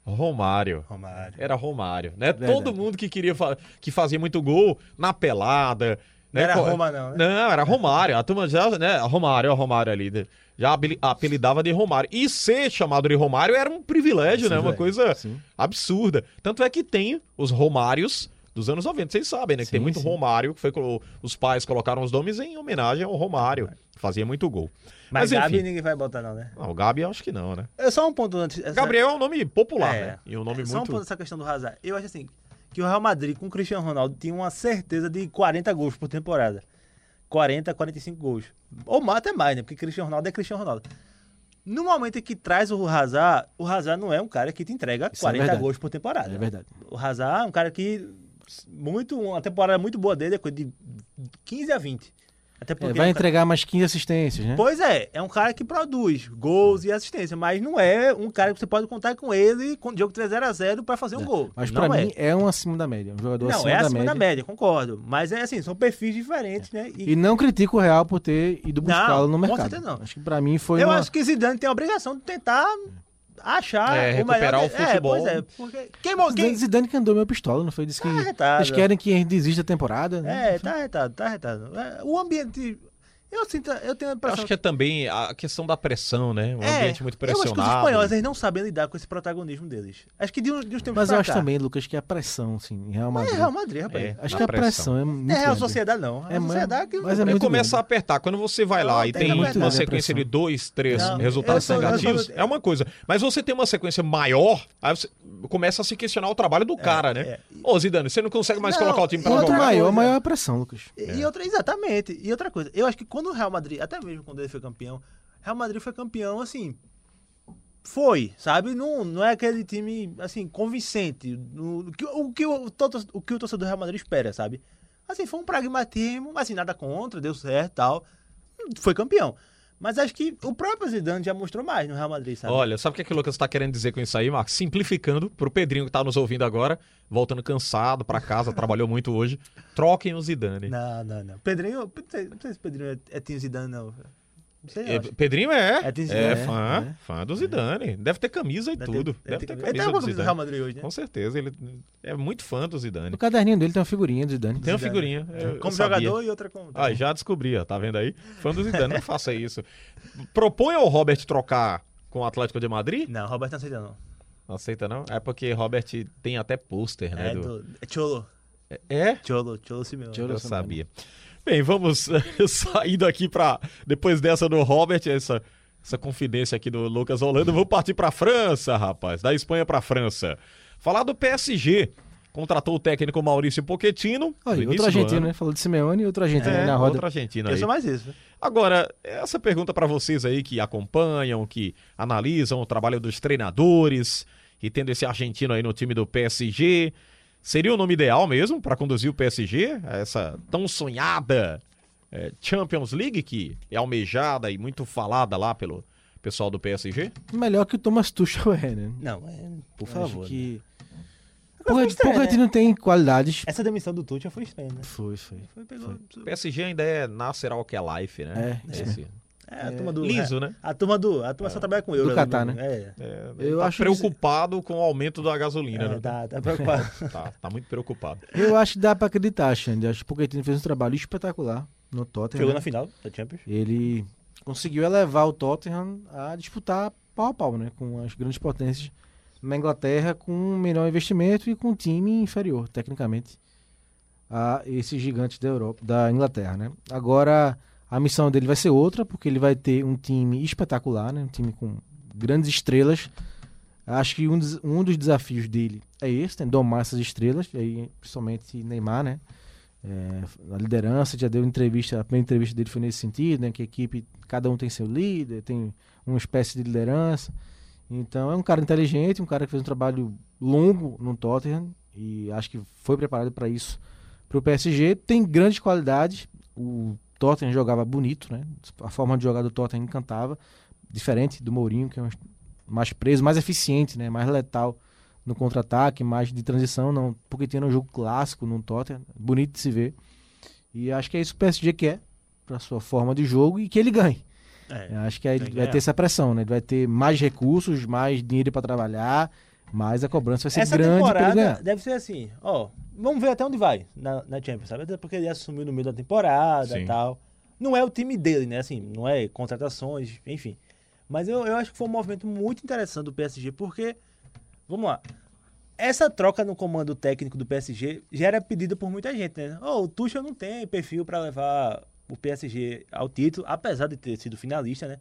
D: Romário.
E: Romário.
D: Era Romário, né? Todo mundo que queria fa- que fazia muito gol na pelada.
E: Não
D: né?
E: era
D: Co-
E: Roma, não, né?
D: Não, era Romário. A turma já, né? Romário, ó, Romário ali. né? Já abeli- apelidava de Romário. E ser chamado de Romário era um privilégio, né? Uma coisa absurda. Tanto é que tem os Romários dos anos 90, vocês sabem, né? Que tem muito Romário, que foi colo- os pais colocaram os nomes em homenagem ao Romário. que Fazia muito gol.
E: Mas,
D: Mas,
E: Gabi
D: enfim.
E: ninguém vai botar, não, né?
D: Não, o Gabi eu acho que não, né?
E: É só um ponto antes. essa-
D: Gabriel é um nome popular,
E: É.
D: né? E um nome
E: Só um
D: muito.
E: ponto dessa questão do Hazard. Eu acho assim, que o Real Madrid com o Cristiano Ronaldo tinha uma certeza de 40 gols por temporada. 40, 45 gols. Ou mais, até mais, né? Porque Cristiano Ronaldo é Cristiano Ronaldo. No momento em que traz o Hazard, o Hazard não é um cara que te entrega
F: Isso é
E: 40
F: verdade.
E: gols por temporada.
F: É verdade.
E: O Hazard é um cara que muito, uma temporada muito boa dele é coisa de 15 a 20. Até
F: É,
E: porque
F: vai
E: é um cara-
F: entregar mais 15 assistências, né?
E: Pois é, é um cara que produz gols e assistência, mas não é um cara que você pode contar com ele com jogo 3x0 pra fazer um gol.
F: Mas
E: não
F: pra
E: é.
F: mim é um acima da média. Um jogador
E: Não,
F: acima,
E: é
F: da,
E: acima
F: média.
E: da
F: É.
E: média. concordo. Mas é assim, são perfis diferentes, né? E
F: E não critico o Real por ter ido
E: Não,
F: buscá-lo no
E: com
F: mercado.
E: certeza não.
F: Acho que pra mim foi
E: eu
F: uma...
E: acho que Zidane tem a obrigação de tentar achar
D: É,
E: o melhor.
D: recuperar o
E: de-
D: futebol.
E: É, pois é, porque quem, mo-
F: Zidane,
E: quem...
F: Zidane que andou meu pistola, não foi? Disse que
E: Tá retado.
F: eles querem que a gente desista da temporada. né?
E: É, tá retado, tá retado. É, O ambiente eu sinto, eu tenho a
D: Eu
E: impressão
D: acho que é também a questão da pressão, né? Um
E: É,
D: ambiente muito
E: Eu acho que os
D: pressionado.
E: espanhóis é eles não sabem lidar com esse protagonismo deles. Acho que de uns, de uns tempos
F: Mas eu
E: pra
F: acho
E: cá.
F: também, Lucas, que a pressão, assim, em Real
E: Não é
F: Madrid.
E: Real Madrid, rapaz.
D: É.
E: É,
F: Acho
D: Na
F: que a
D: pressão.
F: pressão é muito.
E: é Real
F: grande.
E: Sociedade não. É,
F: É,
E: a
F: mas-
E: sociedade que
F: mas é
D: É
F: muito
D: começar
F: grande.
D: a apertar. Quando você vai lá
E: Não,
D: e
E: tem
D: tem
E: muito
D: uma
F: grande a
D: sequência de
F: pressão.
D: dois, três
E: Não,
D: resultados
E: eu sou- eu
D: negativos,
E: sou-
D: é uma coisa. Mas você tem uma sequência maior, aí você começa a se questionar o trabalho do cara, né?
E: é.
D: Ô, Zidane, você não consegue mais
E: Não,
D: colocar o time pra
E: outra
F: Quanto
D: jogar.
F: maior,
E: coisa.
F: maior a pressão, Lucas.
E: E
D: É.
E: e outra, exatamente. E outra coisa, eu acho que quando o Real Madrid, até mesmo quando ele foi campeão, Real Madrid foi campeão, assim. Foi, sabe? Não, não é aquele time, assim, convincente. no- no que- o, que o, todo- o que o torcedor do Real Madrid espera, sabe? Assim, foi um pragmatismo, assim, nada contra, deu certo e tal. Foi campeão. Mas acho que o próprio Zidane já mostrou mais no Real Madrid, sabe?
D: Olha, sabe o que, é que o Lucas tá querendo dizer com isso aí, Marcos? Simplificando, pro Pedrinho que tá nos ouvindo agora, voltando cansado pra casa, (laughs) trabalhou muito hoje, troquem o Zidane.
E: Não, não, não. Pedrinho, não sei, não sei se Pedrinho é, é Tim Zidane, não. Não sei,
D: É,
E: eu acho.
D: Pedrinho é,
E: É
D: é,
E: do Zidane,
D: fã, fã do Zidane. Deve ter camisa e
E: Deve ter-
D: tudo. Deve, ter, camisa,
E: Ele tá com
D: do
E: a camisa do
D: Zidane.
E: Real Madrid hoje, né?
D: Com certeza, ele é muito fã do Zidane.
F: No caderninho dele tem uma figurinha do Zidane.
D: Tem uma
E: Zidane.
D: figurinha. eu- eu
E: É, Como
D: sabia.
E: jogador e outra como.
D: Ah, já descobri, ó, tá vendo aí? Fã do Zidane, não faça isso. Propõe ao Robert trocar com o Atlético de Madrid?
E: Não, Roberto não aceita, não.
D: Não aceita, não? É porque Robert tem até pôster, né?
E: É,
D: do-
E: do... é Cholo.
D: É?
E: Cholo, Cholo Simeone.
F: Cholo.
D: Eu sabia. Bem, vamos (laughs) sair daqui pra. Depois dessa do Robert, essa, essa confidência aqui do Lucas Holanda, vamos partir pra França, rapaz. Da Espanha pra França. Falar do PSG. Contratou o técnico Maurício Pochettino. no
F: Olha,
D: início
F: outro
D: do
F: argentino,
D: ano.
F: né? Falou de Simeone e outro argentino
D: É,
F: aí na roda.
D: outro argentino
E: Eu
D: aí.
E: sou mais isso. né?
D: Agora, essa pergunta pra vocês aí que acompanham, que analisam o trabalho dos treinadores e tendo esse argentino aí no time do PSG, seria o nome ideal mesmo pra conduzir o PSG a essa tão sonhada eh, Champions League que é almejada e muito falada lá pelo pessoal do PSG?
F: Melhor que o Thomas Tuchel é, né?
E: Não, é, por
F: Eu acho
E: favor. né?
F: que...
E: foi
F: Pochettino
E: estranho,
D: né?
F: Pochettino tem qualidades.
E: Essa demissão do Tuchel foi estranha, né?
F: Foi, foi.
E: Foi, pegou.
D: O PSG ainda é Nasser Al-Khelaifi, né?
F: É, isso
D: Esse-
E: É, a turma do.
D: Liso, né?
E: A turma do. A turma só trabalha com eu.
F: Do
E: né?
F: Catar, né?
E: É.
D: é,
F: Eu
D: tá
F: acho que-
D: preocupado com o aumento da gasolina,
E: É,
D: né?
E: tá, tá preocupado.
D: Tá, tá muito preocupado.
F: Eu acho que dá pra acreditar, Xande. Acho que o Pochettino fez um trabalho espetacular no Tottenham.
E: Chegou
F: né?
E: na final da Champions.
F: Ele conseguiu elevar o Tottenham a disputar pau a pau, né? Com as grandes potências na Inglaterra, com um melhor investimento e com um time inferior, tecnicamente, a esses gigantes da Europa, da Inglaterra, né? Agora, a missão dele vai ser outra, porque ele vai ter um time espetacular, né? Um time com grandes estrelas. Acho que um dos, um dos desafios dele é esse, né? domar essas estrelas, e aí, principalmente Neymar, né? a liderança, já deu entrevista, a primeira entrevista dele foi nesse sentido, né? Que a equipe, cada um tem seu líder, tem uma espécie de liderança. Então é um cara inteligente, um cara que fez um trabalho longo no Tottenham e acho que foi preparado para isso para o PSG. Tem grandes qualidades, o Tottenham jogava bonito, né? A forma de jogar do Tottenham encantava, diferente do Mourinho, que é um mais preso, mais eficiente, né? Mais letal no contra-ataque, mais de transição, não, porque tem um jogo clássico no Tottenham, bonito de se ver. E acho que é isso que o PSG quer para sua forma de jogo e que ele ganhe.
E: É.
F: Eu acho que aí
E: tem
F: ele
E: que
F: vai
E: ganhar.
F: ter essa pressão, né? Ele vai ter mais recursos, mais dinheiro para trabalhar, mas a cobrança vai ser
E: Essa
F: grande é. para ele
E: temporada
F: ganhar.
E: deve ser assim, ó. Vamos ver até onde vai na, na Champions, sabe? Até porque ele assumiu no meio da temporada
D: Sim.
E: e tal. Não é o time dele, né? Assim, não é contratações, enfim. Mas eu, eu acho que foi um movimento muito interessante do PSG, porque, vamos lá, essa troca no comando técnico do PSG já era pedida por muita gente, né? Ó, o Tuchel não tem perfil pra levar o PSG ao título, apesar de ter sido finalista, né?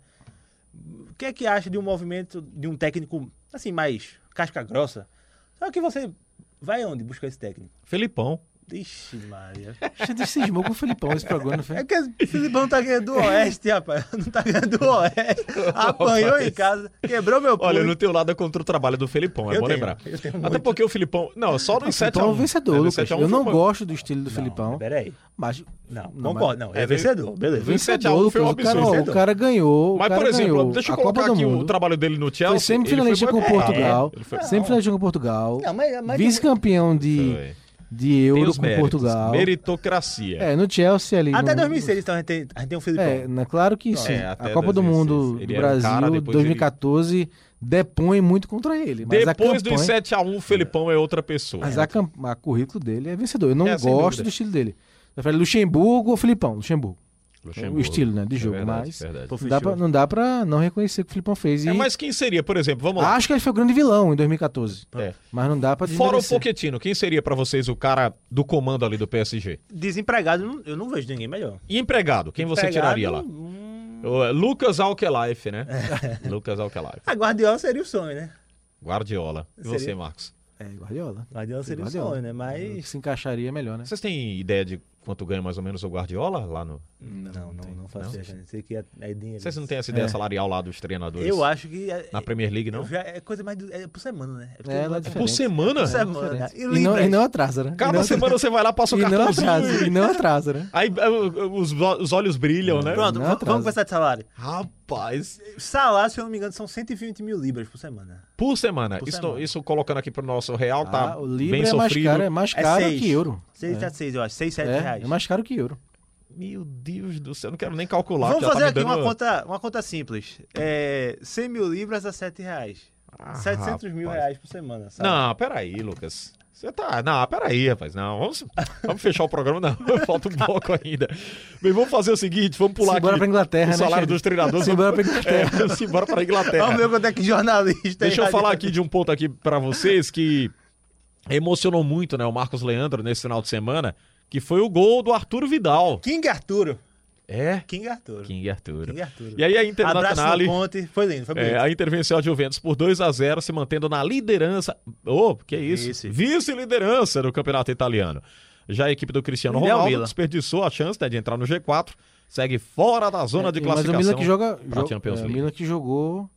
E: O que é que acha de um movimento de um técnico assim mais casca grossa? Só que você vai onde buscar esse técnico?
D: Felipão.
E: Ixi, Maria.
F: A gente cismou com o Felipão esse programa, não foi?
E: É que o Filipão tá ganhando do Oeste, rapaz. Não tá ganhando do Oeste. Apanhou em casa, quebrou meu pulo.
D: Olha, eu não tenho nada contra o trabalho do Felipão, é
E: Eu
D: bom
E: tenho,
D: lembrar.
E: eu tenho
D: Até
E: muito.
D: porque o Felipão. Não, só no
F: O
D: 7 a
F: Felipão é
D: 1
F: um vencedor, Lucas. Eu não gosto do estilo do
E: Não,
F: Felipão.
E: Peraí.
F: Mas
E: Não,
F: Não,
E: concordo. Não, é,
D: É,
E: vencedor. Beleza.
D: vence- 7 a
F: vencedor,
D: 1 foi um
F: Lucas, o cara-
D: absurdo.
F: O cara ganhou. o
D: Mas, por
F: cara
D: exemplo,
F: ganhou
D: deixa eu
F: a Copa
D: colocar
F: do
D: aqui o
F: mundo.
D: trabalho dele no Chelsea.
F: Foi semifinalista
D: ele
F: com
D: foi
F: o
D: boicotar.
F: Portugal.
D: Ele foi-
F: Semifinalista com o Portugal.
E: Não, mas- mas-
F: Vice-campeão de,
D: Foi.
F: de
D: Tem
F: Euro
D: os
F: com
D: méritos,
F: Portugal.
D: Meritocracia.
F: É, no Chelsea ali.
E: Até
F: no-
E: 2006, então, a gente tem, a gente tem um Filipão.
F: É, na- claro que sim.
D: É, até
F: a Copa do
D: 2006.
F: Mundo
D: Ele
F: do
D: era um
F: Brasil,
D: cara, depois
F: 2014, depõe muito contra ele. Mas
D: Depois
F: a campanha,
D: dos 7 a 1 o Felipão é outra pessoa.
F: Mas a, cam- a currículo dele é vencedor. Eu não
D: É, sem
F: gosto
D: dúvida.
F: do estilo dele. Eu falei Luxemburgo ou Filipão? Luxemburgo.
D: Luxemburgo.
F: O estilo, né, de
D: É
F: jogo,
D: verdade,
F: mas-
D: verdade.
E: Pô,
F: Não dá, pra,
E: fechou.
F: não dá pra não reconhecer o que o Filipão fez. E
D: É, mas quem seria, por exemplo, vamos lá.
F: acho que ele foi o grande vilão em 2014.
D: É.
F: Mas não dá pra
D: Fora o
F: desmerecer.
D: Poquetino, quem seria pra vocês o cara do comando ali do PSG?
E: Desempregado, eu não- eu não vejo ninguém melhor.
D: E empregado, quem você
E: Empregado,
D: tiraria lá?
E: hum,
D: O, é, Lucas Alkelife,
F: (laughs)
D: né?
F: É.
D: Lucas Alkelife.
E: A Ah, Guardiola seria o sonho, né?
D: Guardiola. E
E: Seria-
D: você, Marcos?
F: É, Guardiola.
E: Guardiola seria
F: Guardiola.
E: o sonho, né?
F: O que
E: Mas.
F: Se encaixaria melhor, né?
D: Vocês têm ideia de quanto ganha mais ou menos o Guardiola lá no.
E: Não, não, não, faço
D: Não?
E: ideia. Sei que é, é dinheiro.
D: Vocês não têm essa ideia
F: É.
D: salarial lá dos treinadores?
E: Eu acho que. É,
D: Na Premier League, não?
E: eu já- é coisa mais. do- é por semana, né? porque
F: É,
E: não
F: lá
D: Por
E: por
F: é diferente. é
D: semana?
E: semana.
F: Diferente.
E: E,
F: E, não,
E: libras.
F: e não atrasa, né? e
D: Cada
F: não
D: semana você vai lá, passa o
F: E não atrasa.
D: cartãozinho.
F: E não atrasa, né?
D: Aí eh, os, os olhos brilham, né?
E: Pronto,
F: Não
E: va-
F: atrasa.
E: vamos começar de salário.
D: Rapaz,
E: Salário, se eu não me engano, são 120 mil libras por semana.
D: por semana. isso,
E: semana.
D: isso colocando aqui pro nosso real, tá
F: Ah, o
D: bem
F: Libra é mais
D: sofrido.
F: caro, é mais caro
E: é seis.
F: que euro.
E: 6
F: é.
E: a 6, eu acho. 6, 7
F: É,
E: reais.
F: é mais caro que euro.
D: Meu Deus do céu, eu não quero nem calcular.
E: Vamos
D: que já tá
E: fazer
D: me
E: aqui uma,
D: dando-
E: conta, uma conta simples. É, 100 mil libras a 7 reais.
D: Ah,
E: 700 mil
D: rapaz.
E: reais por semana.
F: Tá.
E: Sabe?
D: Não, peraí, Lucas. Você tá. Não, peraí, rapaz. Não, vamos, vamos fechar o programa, não. (laughs) Falta um bloco ainda. Bem, vamos fazer o seguinte: vamos pular
F: Simbora
D: aqui.
F: pra Inglaterra,
D: o
F: né,
D: salário
F: Xande?
D: dos treinadores.
F: Simbora
D: Vamos-
F: pra Inglaterra.
D: É, (laughs) simbora pra Inglaterra.
E: Vamos ver quanto é que jornalista.
D: Deixa eu
E: aí,
D: falar aqui de um ponto aqui pra vocês que emocionou muito, né? O Marcos Leandro nesse final de semana, que foi o gol do Arturo Vidal.
E: King Arturo.
D: É.
E: King Arturo.
D: King Arturo.
E: King Arturo.
D: E aí a
E: Abraço
D: Internacional.
E: no Conte. Foi lindo, foi bonito.
D: É, a intervenção de Juventus por 2 a 0 se mantendo na liderança. Oh, que isso?
E: Vice.
D: Vice-liderança do campeonato italiano. Já a equipe do Cristiano
E: Miguel
D: Ronaldo
E: Mila.
D: desperdiçou a chance né, de entrar no G4, segue fora da zona de
F: É, mas
D: classificação.
F: o Milan que joga.
D: pra
F: joga-
D: Champions
F: é, o
D: League.
F: Milan que jogou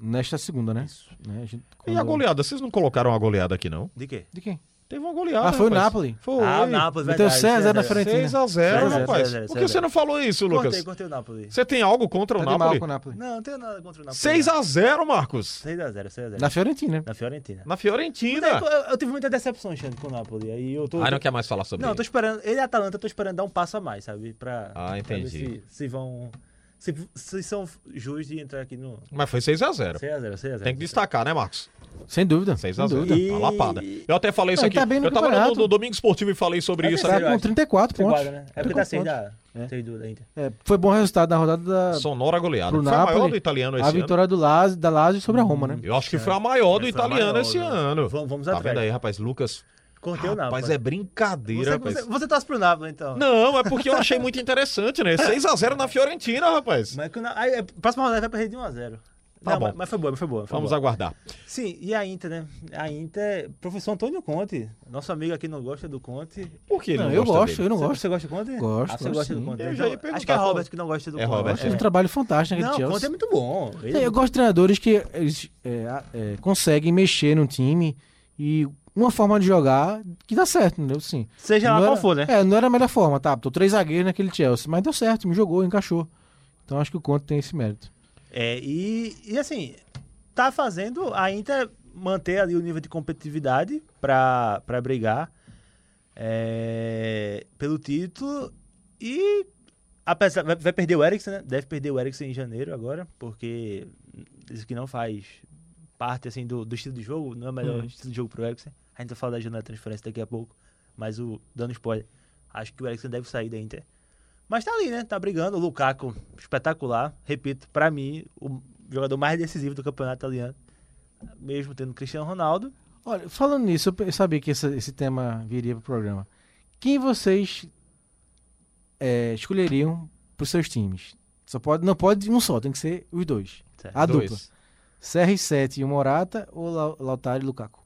F: nesta segunda, né? Né, a gente-
D: E
F: quando-
D: a goleada? Vocês não colocaram a goleada aqui, não?
E: De quê?
F: De quem?
D: Teve uma goleada.
F: Ah, foi o
D: rapaz.
F: Napoli.
D: Foi.
E: Ah, o Nápoles,
F: Meteu
E: verdade.
F: 6 a 0 na
E: 6 a 0.
F: Fiorentina.
D: 6 a 0
E: 6 a 0,
D: rapaz.
E: 6 a 0,
D: Por que você não falou isso, Lucas?
E: Cortei, cortei o Napoli.
D: Você tem algo contra
F: Tá
D: o
F: de mal com o
D: Napoli?
F: Napoli.
E: Não, não tenho nada contra o Napoli.
D: 6 a 0 Marcos.
E: 6x0, 6x0.
F: Na Fiorentina. né?
E: Na Fiorentina.
D: Na
E: Daí,
D: Fiorentina.
E: Eu, eu tive muita decepção, Xande, com o Napoli. Aí eu tô.
D: Ah, não quer mais falar sobre
E: Não, eu
D: isso.
E: tô esperando. Ele e a Atalanta, eu tô esperando dar um passo a mais, sabe? Pra,
D: Ah,
E: pra ver
D: entendi.
E: se, se vão. Se, se são justos de entrar aqui no.
D: Mas foi 6 a 0
E: 6x0, 6x0.
D: Tem que destacar, né, Marcos?
F: Sem dúvida. sem
D: 6x0.
F: dúvida.
E: E-
D: Uma lapada. Eu até falei isso
F: Não,
D: aqui.
F: ele tá bem no
D: eu tava no,
F: campeonato.
D: no Domingo Esportivo e falei sobre isso aqui.
E: terceiro,
F: Tá com
E: acho.
F: 34 pontos.
E: Iguala, né? É porque tá 6 da. 6 do da Inter.
F: É, foi bom resultado na rodada da,
D: Sonora goleada.
F: pro
D: Foi a maior
F: Napoli,
D: do italiano esse
F: a
D: ano. Hum,
F: vitória do Lazio, da Lazio sobre a Roma, né?
D: Eu acho que foi a maior do
E: Essa é a
D: italiano
E: maior,
D: esse
E: né?
D: ano.
E: Vamos- vamos
D: tá
E: atrás.
D: vendo aí, rapaz? Lucas.
E: Cortei o Napoli.
D: Rapaz, é brincadeira,
E: você,
D: rapaz.
E: você, você torce pro Napoli, então.
D: Não, é porque eu achei muito interessante, né? 6x0 na Fiorentina, rapaz.
E: Mas que o Na- aí, é, próxima rodada vai perder de 1x0.
D: Tá
E: não,
D: bom.
E: Mas, mas foi boa, mas foi boa. Foi
D: Vamos
E: boa.
D: aguardar.
E: Sim, e a Inter, né? A Inter, professor Antônio Conte, nosso amigo aqui não gosta do Conte.
D: Por que ele
F: Não,
D: não,
F: eu
D: gosta
F: gosto,
D: dele?
F: eu não
E: Você-
F: gosto.
E: Você gosta do Conte?
F: Gosto,
E: Ah, você
F: gosto
E: gosta do
F: sim.
E: Conte.
D: Eu
E: né?
D: já ia
E: Então, Acho que
D: perguntar,
E: é
D: qual-
E: Robert que não gosta do
D: É
E: Conte.
D: Robert,
F: Fez
E: É.
F: um trabalho fantástico aqui
E: Não,
F: de
E: o Conte
F: Chelsea.
E: é muito bom. Ele-
F: É, Eu gosto de treinadores que eles é, a- é, conseguem mexer no time e uma forma de jogar que dá certo, entendeu? Sim.
E: Seja lá
F: Não
E: qual
F: era-
E: for, né?
F: É, não era a melhor forma, tá? Tô três zagueiros naquele Chelsea, mas deu certo, me jogou, encaixou. Então acho que o Conte tem esse mérito.
E: É, e, e assim, tá fazendo a Inter manter ali o nível de competitividade pra pra brigar é, pelo título e apesar vai, vai perder o Eriksen, né? Deve perder o Eriksen em janeiro agora, porque isso que não faz parte assim do, do estilo de jogo, não é o melhor estilo de jogo pro Eriksen. A gente vai falar da janela de transferência daqui a pouco, mas o dando spoiler, acho que o Eriksen deve sair da Inter. Mas tá ali, né? Tá brigando. O Lukaku, espetacular. Repito, pra mim, o jogador mais decisivo do campeonato italiano. Mesmo tendo Cristiano Ronaldo.
F: Olha, falando nisso, eu pe- eu sabia que essa- esse tema viria pro programa. Quem vocês é, escolheriam pros seus times? Só pode, não pode um só, tem que ser os dois.
E: Certo.
F: A
D: Dois.
F: dupla. CR7 e o Morata ou Lau- Lautaro e Lukaku?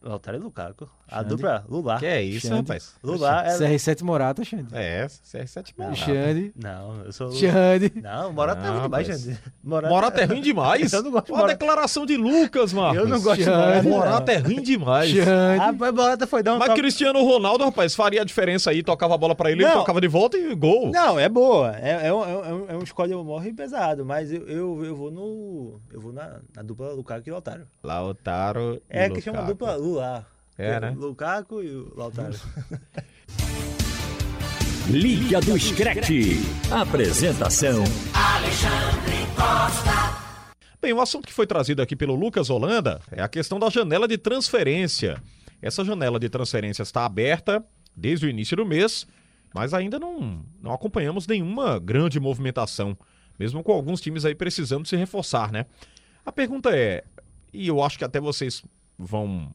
E: Lautaro e Lukaku. A
F: Xande.
E: dupla Lula.
D: Que é isso,
F: Xande.
D: rapaz?
E: Lula
F: né?
E: é...
F: CR7 Morata, Xande.
D: É, CR7 mesmo.
F: Xande.
E: Não, eu sou...
F: Xande.
E: Não, Morata é
D: Não,
E: muito mais,
D: Ah, mas-
E: gente. Morata,
D: Morata é ruim demais.
E: Eu não gosto de
D: Olha a
E: Morata.
D: declaração de Lucas, Marcos.
E: Eu não gosto de
F: Xande.
E: Morata. não.
D: Morata é ruim demais.
F: Xande.
E: Ah, mas Morata foi dar um
D: é Mas
E: toque-
D: Cristiano Ronaldo, rapaz, faria a diferença aí. Tocava a bola pra ele, ele
E: Não.
D: tocava de volta e gol.
E: Não, é boa. É, é um, é um- é um, é um escolha morre pesado, mas eu, eu, eu vou no. Eu vou na, na dupla Lukaku e Lautaro.
D: Lautaro e
E: É que chama
D: Lukaku.
E: dupla Lula.
D: É, né?
E: Lukaku e o
D: (laughs)
E: Lautaro.
B: Liga do Screte. Apresentação.
D: Bem, o assunto que foi trazido aqui pelo Lucas Holanda é a questão da janela de transferência. Essa janela de transferência está aberta desde o início do mês, mas ainda não, não acompanhamos nenhuma grande movimentação, mesmo com alguns times aí precisando se reforçar, né? A pergunta é, e eu acho que até vocês vão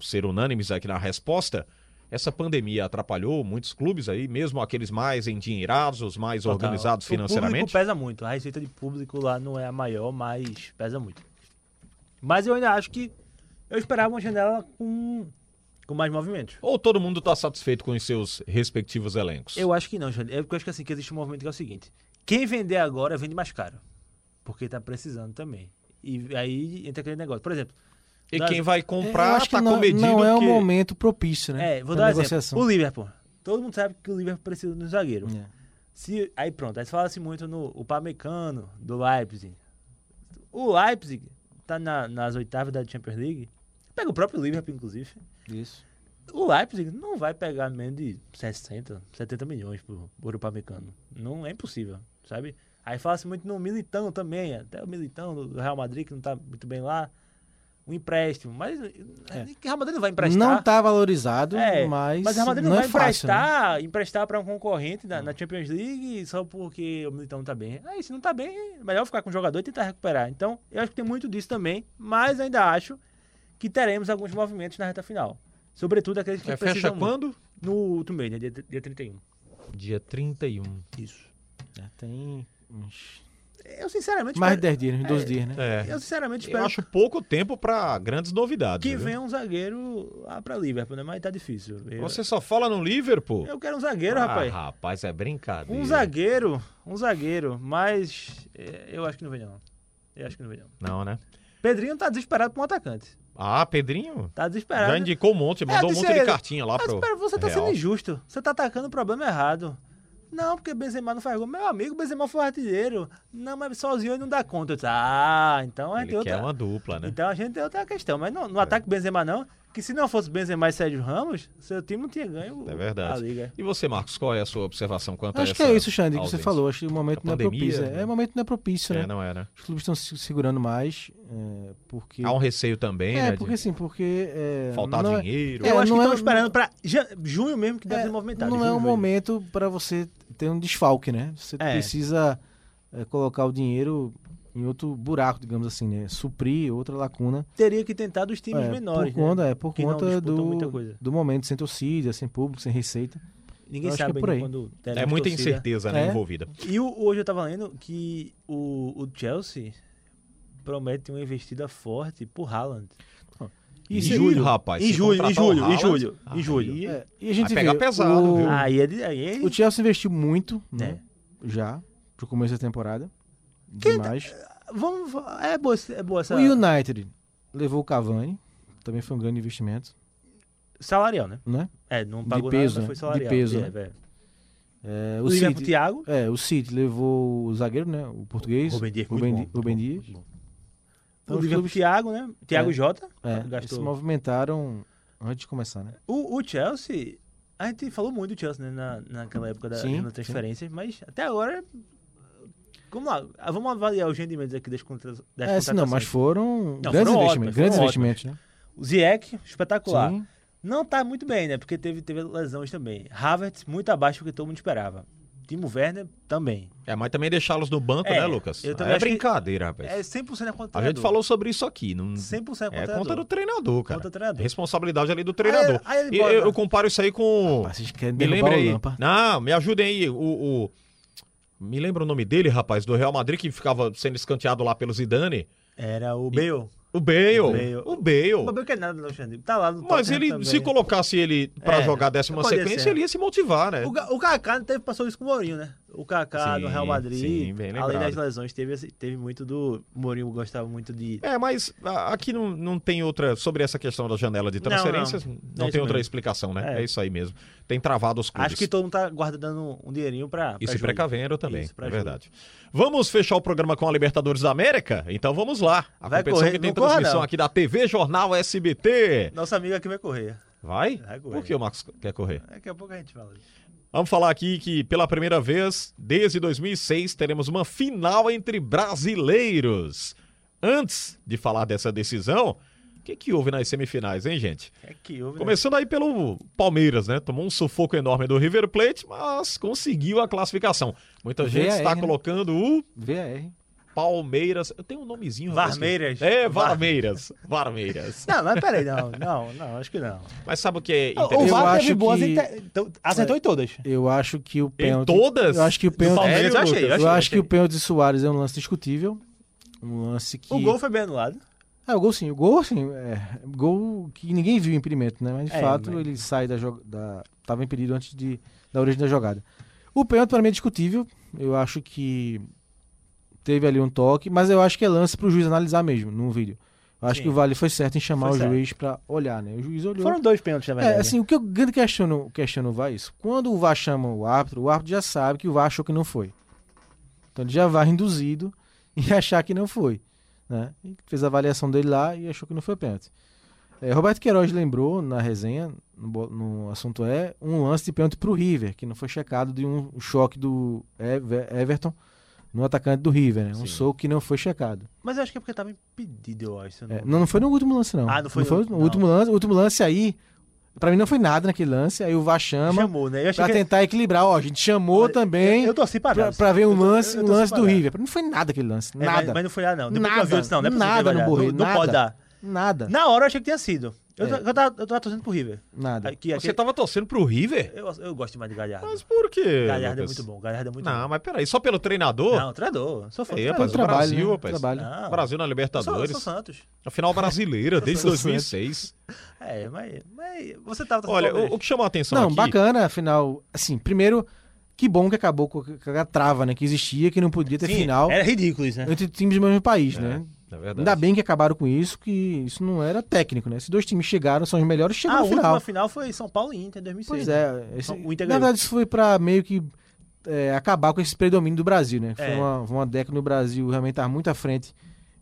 D: ser unânimes aqui na resposta, essa pandemia atrapalhou muitos clubes aí, mesmo aqueles mais endinheirados, os mais organizados
E: Tá. O público
D: financeiramente?
E: pesa muito. A receita de público lá não é a maior, mas pesa muito. Mas eu ainda acho que. Eu esperava uma janela com, com mais movimentos.
D: Ou todo mundo está satisfeito com os seus respectivos elencos?
E: Eu acho que não, Xande. É porque eu acho que assim, que existe um movimento que é o seguinte: quem vender agora vende mais caro. Porque tá precisando também. E aí entra aquele negócio. Por exemplo.
D: E
E: nós-
D: quem vai
F: Eu
D: comprar
F: acho que
D: tá
F: não,
D: comedindo
F: não é o
D: que...
F: momento propício,
E: É,
F: né?
E: vou
F: pra
E: dar um
F: negociação.
E: exemplo. O Liverpool. Todo mundo sabe que o Liverpool precisa de um zagueiro.
F: É.
E: Se, aí pronto, aí fala-se muito no o Pamecano do Leipzig. O Leipzig tá na- nas oitavas da Champions League. Pega o próprio Liverpool, inclusive.
F: Isso.
E: O Leipzig não vai pegar menos de 60, 70 milhões por, por Upamecano. Não é impossível, sabe? Aí fala-se muito no Militão também, até o Militão do do Real Madrid, que não tá muito bem lá. Um empréstimo, mas eh, o Real Madrid não vai emprestar.
F: É. Não tá valorizado,
E: É,
F: mas,
E: mas o Real Madrid
F: não,
E: não,
F: é
E: vai
F: fácil. né?
E: emprestar, emprestar para um concorrente na, na Champions League só porque o Militão não tá bem. Aí, se não tá bem, é melhor ficar com o jogador e tentar recuperar. Então, eu acho que tem muito disso também, mas ainda acho que teremos alguns movimentos na reta final. Sobretudo aqueles que
D: É, fecha
E: precisam muito.
D: quando?
E: No outro mês, né? Dia, dia 31.
D: Dia 31.
E: Isso.
F: É, tem uns...
E: Eu sinceramente
F: mais de
E: espero,
F: 10 dias, uns 12 dias, né?
D: É.
E: eu sinceramente
D: Eu
E: espero
D: acho pouco tempo pra grandes novidades.
E: que
D: viu?
E: venha um zagueiro lá pra Liverpool, né? Mas tá difícil. Eu,
D: Você só fala no Liverpool?
E: eu quero um zagueiro,
D: ah,
E: rapaz.
D: rapaz, é brincadeira.
E: Um zagueiro, um zagueiro, mas é, eu acho que não vem não. Eu acho que não vem não.
D: Não, né?
E: Pedrinho tá desesperado pra um atacante.
D: Ah, Pedrinho?
E: Tá desesperado.
F: né?
D: Já indicou um monte,
E: É,
D: mandou um
E: disse
D: monte de
E: ele.
D: cartinha lá
E: Mas
D: pro
E: pera, você tá
D: Real.
E: sendo injusto. Você tá atacando o problema errado. Não, porque Benzema não faz gol. Meu amigo, Benzema foi artilheiro. Não, mas sozinho ele não dá conta. Eu disse, Ah, então a gente
D: Ele
E: tem outra...
D: quer uma dupla, né? É.
E: Então a gente tem outra questão. Mas não, não ataque Benzema, não. Que se não fosse Benzema e Sérgio Ramos, seu time não tinha ganho
D: É
E: a
D: verdade.
E: liga.
D: E você, Marcos, qual é a sua observação quanto a
F: Acho que
D: essa
F: é isso, Xande, que você
D: ausência?
F: falou. Acho que o momento
D: A
F: não é
D: pandemia,
F: propício.
D: né?
F: É, o momento não é propício,
D: É,
F: né?
D: não é, né?
F: Os clubes estão se segurando mais, é, porque...
D: Há um receio também, né?
F: É,
D: de
F: porque assim, porque... É,
D: faltar
F: não é-
D: dinheiro.
F: É,
E: Eu acho que
F: não é-
E: estão esperando pra ja- junho mesmo que deve
F: É,
E: ser movimentado.
F: Não
E: junho,
F: é um
E: julho.
F: momento para você ter um desfalque, né? Você
E: É.
F: precisa é, colocar o dinheiro em outro buraco, digamos assim, né? Suprir outra lacuna.
E: Teria que tentar dos times
F: é,
E: menores.
F: por conta,
E: né?
F: é, por
E: que não
F: conta
E: disputam
F: do,
E: muita coisa.
F: do momento sem torcida, sem público, sem receita.
E: Ninguém
F: acho que é
E: sabe
F: por
E: ainda
F: aí.
E: quando teremos
D: É muita
E: torcida.
D: incerteza, né,
F: É.
D: envolvida.
E: E o- hoje eu tava lendo que o, o Chelsea promete uma investida forte pro Haaland.
D: Em
E: Isso é-
D: julho, rapaz.
E: em
D: se
E: julho, em
D: contratar o
E: julho, em
D: Haaland,
E: julho, em
D: aí-
E: julho.
F: É, e a gente
D: vai pegar
F: vê,
D: pesado,
F: o,
D: viu?
E: Aí é. de- Aí é
F: o Chelsea investiu muito, né? Já, pro começo da temporada. Demais.
E: Vamos, é, boa, é boa tá- essa.
F: O United levou o Cavani, também foi um grande investimento,
E: Salarial, né?
F: né?
E: É, não
F: De
E: pagou nada,
F: peso,
E: mas
F: né?
E: foi
F: De
E: salarial.
F: peso,
E: é,
F: né?
E: velho.
F: É,
E: O
F: o
E: Liverpool,
F: City-
E: Thiago.
F: É, o City levou o zagueiro, né? O português.
E: Rubem Dias,
F: Rubem,
E: muito
F: Di-
E: bom,
F: Rubem
E: muito
F: Dias.
E: O
F: Então, os
E: Liverpool,
F: clubes
E: Thiago, né? Thiago
F: É.
E: Jota.
F: é, se
E: gastou.
F: movimentaram antes de começar, né?
E: O, o Chelsea, a gente falou muito do Chelsea né, na, naquela época da,
F: Sim,
E: da
F: sim.
E: transferência, mas até agora. Vamos lá, ah, vamos avaliar os rendimentos aqui das, contra, das
F: É, sim, não,
E: contratações.
F: mas foram
E: Não,
F: grandes
E: foram
F: investimentos.
E: ótimas,
F: grandes
E: foram
F: investimentos, né?
E: O Zieck, espetacular.
F: Sim.
E: Não tá muito bem, né? Porque teve, teve lesões também. Havertz, muito abaixo do que todo mundo esperava. Timo Werner, também.
D: É, mas também deixá-los no banco,
E: É,
D: né, Lucas?
E: eu também
D: é
E: acho que-
D: brincadeira, rapaz.
E: É 100% a conta
D: A gente falou sobre isso aqui. Não...
E: 100%
D: É
E: contra
D: conta do treinador, cara.
E: né? Conta do treinador.
D: Responsabilidade ali do treinador.
E: Aí- aí ele
D: E
E: bota-
D: eu, eu comparo isso aí com.
F: Mas vocês querem
D: Me
F: derrubar
D: lembra
F: o
D: aí.
F: Lampa.
D: Não, me ajudem aí. O, o- Me lembra o nome dele, rapaz, do Real Madrid, que ficava sendo escanteado lá pelo Zidane.
E: Era o Bale.
D: O Bale.
E: Bale.
D: O Bale.
E: O Babel quer nada do Alexandre. Tá lá no
D: Mas
E: Tottenham
D: ele,
E: também.
D: se colocasse ele pra
E: É,
D: jogar a décima
E: poderia
D: sequência,
E: ser.
D: ele ia se motivar, né?
E: O, Ga- o Kaká teve, passou isso com o Mourinho, né? O Kaká
D: Sim,
E: no Real Madrid,
D: sim, bem
E: além
D: lembrado.
E: das lesões, teve, esse- teve muito do... O Mourinho gostava muito de...
D: É, mas a- aqui não, não tem outra. Sobre essa questão da janela de
E: Não,
D: transferências, não,
E: não. É
D: tem
E: isso
D: outra
E: mesmo.
D: explicação, né? É.
E: É.
D: isso aí mesmo. Tem travado os clubes.
E: Acho que todo mundo tá guardando um dinheirinho pra...
D: E
E: pra
D: se
E: jogo.
D: precavendo também,
E: Isso, pra
D: é
E: jogo.
D: verdade. Vamos fechar o programa com a Libertadores da América? Então vamos lá. A
E: Vai
D: competição
E: correr,
D: que tem
E: não corra,
D: transmissão
E: não.
D: aqui da TV Jornal SBT.
E: Nosso amigo aqui vai correr.
D: Vai?
E: Vai correr.
D: Por que o Marcos quer correr?
E: Daqui a pouco a gente fala. disso.
D: Vamos falar aqui que pela primeira vez, desde 2006, teremos uma final entre brasileiros. Antes de falar dessa decisão, o que, que houve nas semifinais, hein, gente?
E: É que houve... né?
D: Começando aí pelo Palmeiras, né? Tomou um sufoco enorme do River Plate, mas conseguiu a classificação. Muita gente
F: VAR,
D: está
F: né?
D: colocando o
F: VAR.
D: Palmeiras. Eu tenho um nomezinho. rapaz, que-
E: Varmeiras.
D: É,
E: Var-
D: Varmeiras. Varmeiras.
E: Não, mas peraí, não, não, não, acho que não.
D: Mas sabe o que é
F: Eu
D: interessante?
F: VAR teve acho boas que- inte-
E: então, Acertou em todas.
F: Eu acho que o pênalti.
D: todas?
F: Eu acho que o
D: Do
F: pênalti.
D: Palmeiras,
E: É, eu achei, eu
F: Eu
E: achei.
F: acho que o pênalti de Soares é um lance discutível. Um lance que.
E: O gol foi bem anulado.
F: Ah, o gol sim. O gol, assim, é. Gol que ninguém viu o impedimento, né? Mas de
E: É,
F: fato
E: mas-
F: ele sai da jogada. Da... Tava impedido antes de... da origem da jogada. O pênalti para mim é discutível. Eu acho que teve ali um toque, mas eu acho que é lance pro juiz analisar mesmo no vídeo. Eu acho
E: Sim.
F: que o Vale foi certo em chamar
E: Foi
F: o
E: certo.
F: juiz para olhar, né? O juiz olhou.
E: Foram dois pênaltis, na verdade.
F: É, assim, o que eu grande questiono, questiono o VAR é isso. Quando o VAR chama o árbitro, o árbitro já sabe que o VAR achou que não foi. Então ele já vai induzido (laughs) em achar que não foi. Né? E fez a avaliação dele lá e achou que não foi pênalti. É, Roberto Queiroz lembrou na resenha, no, bo- no assunto é, um lance de pênalti pro River, que não foi checado de um choque do Ever- Everton no atacante do River, né? Um soco que não foi checado.
E: Mas eu acho que é porque tava impedido, eu acho. se eu
F: É, não, não foi no último lance, não.
E: Ah, não foi no-
F: no último lance. O último lance aí, pra mim não foi nada naquele lance. Aí o VAR chama
E: Chamou, né? Eu achei
F: pra
E: que...
F: tentar equilibrar. Ó, a gente chamou também
E: Eu, eu torci pra
F: pra,
E: nada.
F: pra ver
E: Eu
F: um
E: tô-
F: lance,
E: eu
F: um
E: torci
F: lance
E: pra
F: do
E: nada.
F: River. Pra mim não foi nada aquele lance.
E: É, mas-
F: nada.
E: Mas, não foi lá, não. Depois que eu vi
F: Nada.
E: eu disse, não, não é possível
F: Nada
E: que
F: no
E: vai dar.
F: Borré,
E: não, não
F: nada.
E: pode dar.
F: Nada.
E: Na hora eu achei que tinha sido. Eu,
F: É.
E: tô- eu, tava, eu tava torcendo pro River.
F: Nada. tá-
E: Aqui, aqui,
D: Você tava torcendo pro River?
E: eu, eu gosto demais de Galhardo.
D: Mas por quê?
E: Galhardo é
D: Lucas?
E: muito bom. Galhardo é muito
D: Não,
E: bom.
D: mas peraí, só pelo treinador?
E: Não, treinador. Sou
F: É,
E: fã. do
D: Aí, rapaz, o
E: treinador.
F: trabalho,
D: Brasil,
F: né?
D: rapaz.
F: Trabalho.
E: Não.
D: Brasil na
E: Eu sou, eu
D: Libertadores.
E: sou Santos.
D: A final brasileira desde
F: sou
D: 2006.
E: É, mas, mas você tava torcendo
D: Olha,
E: pro Palmeiras.
D: o, o que chamou a atenção
F: Não,
D: aqui...
F: bacana, afinal. Assim, primeiro, que bom que acabou com a- com a trava, né? Que existia, que não podia ter
E: Sim,
F: final
E: Era ridículo isso, né?
F: entre times do mesmo país, né?
D: Na verdade.
F: Ainda bem que acabaram com isso, que isso não era técnico, né? Se dois times chegaram, são os melhores, chegam
E: Ah, a
F: no final.
E: última final foi São Paulo e Inter em 2006.
F: Pois
E: né?
F: é, esse-
E: Então, o Inter
F: na
E: ganhou.
F: verdade isso foi pra meio que é, acabar com esse predomínio do Brasil, né? Foi
E: É.
F: uma, uma década no Brasil realmente estar muito à frente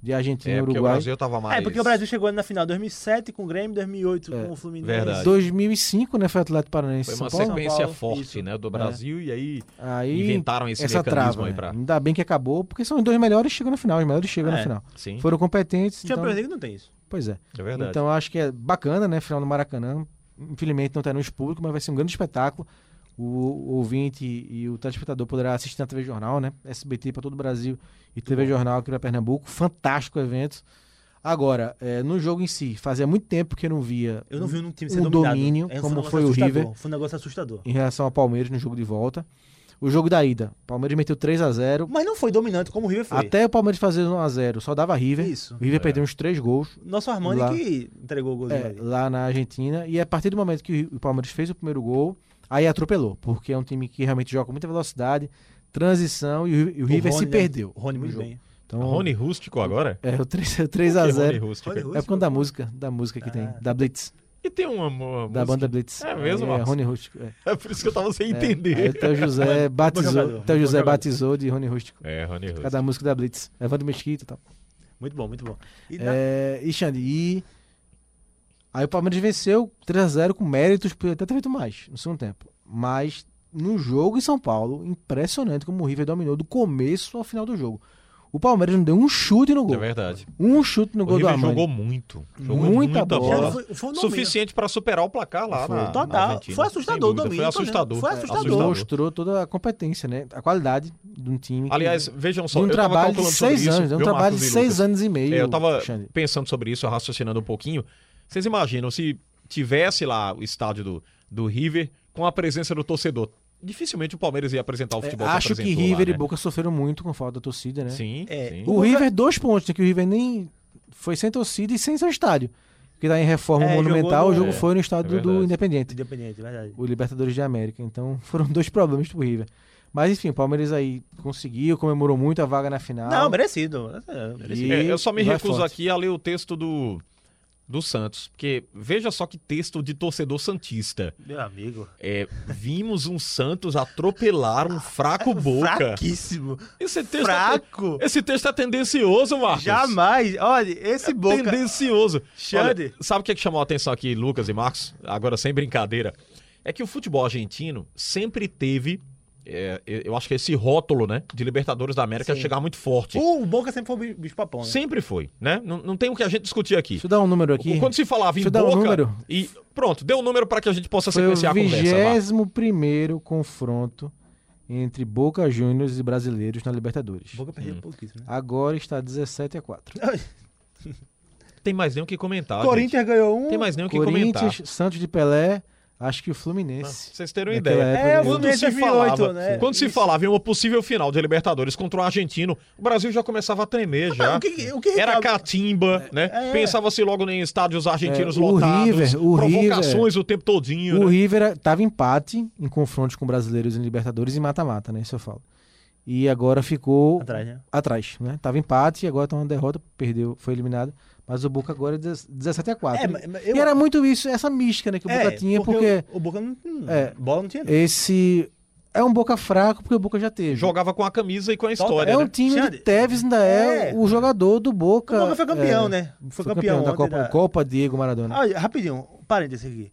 F: de Argentina
D: É,
F: e
D: porque o
F: Uruguai.
D: Brasil tava mais...
E: É, porque o Brasil chegou na final em 2007 com o Grêmio, 2008
F: É,
E: com o Fluminense.
D: verdade.
F: 2005, né, foi Atlético Paranaense
D: é Foi
F: e
D: uma
F: São Paulo.
D: sequência
E: São Paulo,
D: forte,
E: isso. É.
D: né, do Brasil, e aí
F: Aí
D: inventaram esse
F: essa
D: mecanismo
F: trava,
D: aí
F: né?
D: pra...
F: Ainda bem que acabou, porque são os dois melhores chegam na final, os melhores chegam
E: É,
F: na final.
D: Sim,
F: Foram competentes, então,
E: Champions League não tem isso.
F: pois é.
D: é verdade.
F: Então acho que é bacana, né? Final no Maracanã. Infelizmente não teremos público, mas vai ser um grande espetáculo. O, o ouvinte e o telespectador poderá assistir na TV Jornal, né? SBT para todo o Brasil e TV Jornal aqui para Pernambuco. Fantástico evento. Agora, eh, no jogo em si, fazia muito tempo que eu não via
E: Eu não vi um time
F: um
E: ser dominado.
F: domínio,
E: É,
F: como
E: negócio
F: foi o
E: assustador,
F: River.
E: Foi um negócio assustador.
F: em relação ao Palmeiras no jogo de volta. O jogo da ida, o Palmeiras meteu 3 a 0
E: Mas não foi dominante como o River foi.
F: Até o Palmeiras fazer 1 a 0 só dava River.
E: Isso. É.
F: O River perdeu uns 3 gols.
E: Nosso Armani
F: Lá.
E: que entregou o golzinho
F: É,
E: ali.
F: lá na Argentina. E a partir do momento que o Palmeiras fez o primeiro gol, aí atropelou, porque é um time que realmente joga com muita velocidade, transição e o, e o River
D: é
E: Rony,
F: se
E: né?
F: perdeu.
E: O Rony
F: no
E: muito
F: jogo.
E: bem.
F: Então,
D: Rony Rústico agora?
F: É o 3,
D: Por que
F: a
D: Rony
F: 0
D: Rústico?
E: Rony Rústico.
F: É por conta da música, da música que tem, da Blitz,
D: E tem uma, uma
F: da
D: música-
F: banda Blitz.
D: É mesmo,
F: É,
D: Marcos?
F: Rony Rústico. É.
D: (laughs) É por isso que eu tava sem
F: Aí tá-
D: entender.
F: o Teu
D: (laughs)
F: José
E: jogador,
F: batizou,
E: bom
F: Teu José
E: jogador.
F: batizou de Rony Rústico.
D: É, Rony
F: Por
D: Rústico.
F: causa da música da Blitz. Evandro Mesquita e tal.
E: Muito bom, muito bom. E na-
F: É, e Xande, e. Aí o Palmeiras venceu 3x0 com méritos, podia até ter feito mais no segundo tempo. Mas no jogo em São Paulo, impressionante como o River dominou do começo ao final do jogo. O Palmeiras não deu um chute no
D: É
F: gol.
D: verdade.
F: um chute no
D: O
F: gol do
D: River
F: Armani.
D: jogou muito. Jogou muita,
F: Muita
D: bola.
F: bola.
E: Foi- foi um domínio.
D: Suficiente pra superar o placar lá
F: Foi.
D: na na
E: Total.
D: Argentina.
E: Foi
D: Sem
E: assustador o
D: dúvida,
E: domínio,
D: Foi
E: tô dizendo.
D: assustador.
E: Foi
D: É,
E: assustador.
F: Mostrou toda a competência, né? A qualidade de um time. que-
D: Aliás, vejam
F: de
D: só,
F: um
D: eu tava
F: trabalho de
D: calculando sobre
F: seis
D: isso.
F: anos, de um
D: viu,
F: trabalho
D: Marcos
F: de
D: e
F: seis
D: Lucas?
F: anos e meio.
D: É, eu tava
F: Xande.
D: pensando sobre isso, raciocinando um pouquinho. Vocês imaginam se tivesse lá o estádio do, do River com a presença do torcedor? Dificilmente o Palmeiras ia apresentar o
F: É,
D: futebol
F: acho que
D: apresentou lá,
F: River e
D: né?
F: Boca sofreram muito com a falta da torcida, né?
D: Sim,
E: É,
D: sim.
F: O River, dois pontos, né, que o River nem foi sem torcida e sem seu estádio. Porque tá em reforma
E: É,
F: monumental,
E: jogou no-
F: o jogo
D: É,
F: foi no estádio
D: é
F: do
D: verdade.
F: Independente,
E: Independente, é verdade.
F: o Libertadores de América. Então (laughs) foram dois problemas pro River. Mas enfim, o Palmeiras aí conseguiu, comemorou muito a vaga na final.
E: Não, merecido. É, merecido.
F: E
D: É, eu só me
F: vai
D: recuso
F: forte.
D: aqui a ler o texto do, do Santos, porque veja só que texto de torcedor santista.
E: Meu amigo.
D: É, vimos um Santos atropelar um
E: (laughs)
D: fraco Boca.
E: Fraquíssimo.
D: Esse texto,
E: Fraco.
D: É, esse texto é tendencioso, Marcos.
E: Jamais. Olha,
F: É
E: esse boca.
D: Tendencioso.
E: Xande.
D: Olha, sabe o que, é que chamou a atenção aqui, Lucas e Marcos? Agora, sem brincadeira. É que o futebol argentino sempre teve, é, eu eu acho que esse rótulo, né, de Libertadores da América
F: Sim.
D: chegar muito forte.
E: Uh, o Boca sempre foi o bicho papão, né?
D: Sempre foi, né? Não, não tem o que a gente discutir aqui.
F: Deixa eu dar um número aqui.
D: Quando se falava em
F: Deixa eu dar um
D: Boca
F: número.
D: e pronto, deu um número para que a gente possa
F: Foi o
D: sequenciar a conversa. vá.
F: 21 confronto entre Boca Juniors e brasileiros na Libertadores.
E: O Boca perdeu pouquíssimo, né?
F: Agora está 17 a 4.
D: Tem mais nem o que comentar. gente.
E: Corinthians ganhou um.
D: Tem mais nem o que comentar.
F: Corinthians, Santos de Pelé, acho que o Fluminense.
D: Vocês terem uma
F: Naquela
D: ideia.
F: época, É, o
E: Fluminense
D: se
E: 2008,
D: falava,
E: né?
D: quando se
E: Isso.
D: falava em uma possível final de Libertadores contra o argentino, o Brasil já começava a tremer já.
E: o que- o que
D: Era
E: Ricardo-
D: catimba, né?
E: É.
D: Pensava-se logo em estádios argentinos
F: É, o
D: lotados,
F: River, o
D: provocações o tempo todinho.
F: O
D: né?
F: River é, tava empate em confrontos com brasileiros em Libertadores e mata-mata, né? Isso eu falo. E agora ficou
E: Atrás, né?
F: atrás, né? Tava empate e agora tá uma derrota, perdeu, foi eliminado. Mas o Boca agora é 17 a 4.
E: É, mas- mas eu-
F: E era muito isso, essa mística, né, que o Boca
E: É,
F: tinha, porque,
E: O, o Boca não. hum,
F: É.
E: Bola não tinha. não.
F: esse é um Boca fraco porque o Boca já teve.
D: Jogava com a camisa e com a história.
F: é um
D: né?
F: time onde
E: Xande,
F: Tevez ainda é,
E: é.
F: o jogador do Boca.
E: O Boca foi campeão,
F: é,
E: né?
F: Foi, campeão, da
E: ontem
F: Copa, né? Copa Diego Maradona.
E: Ah, rapidinho, um parênteses aqui.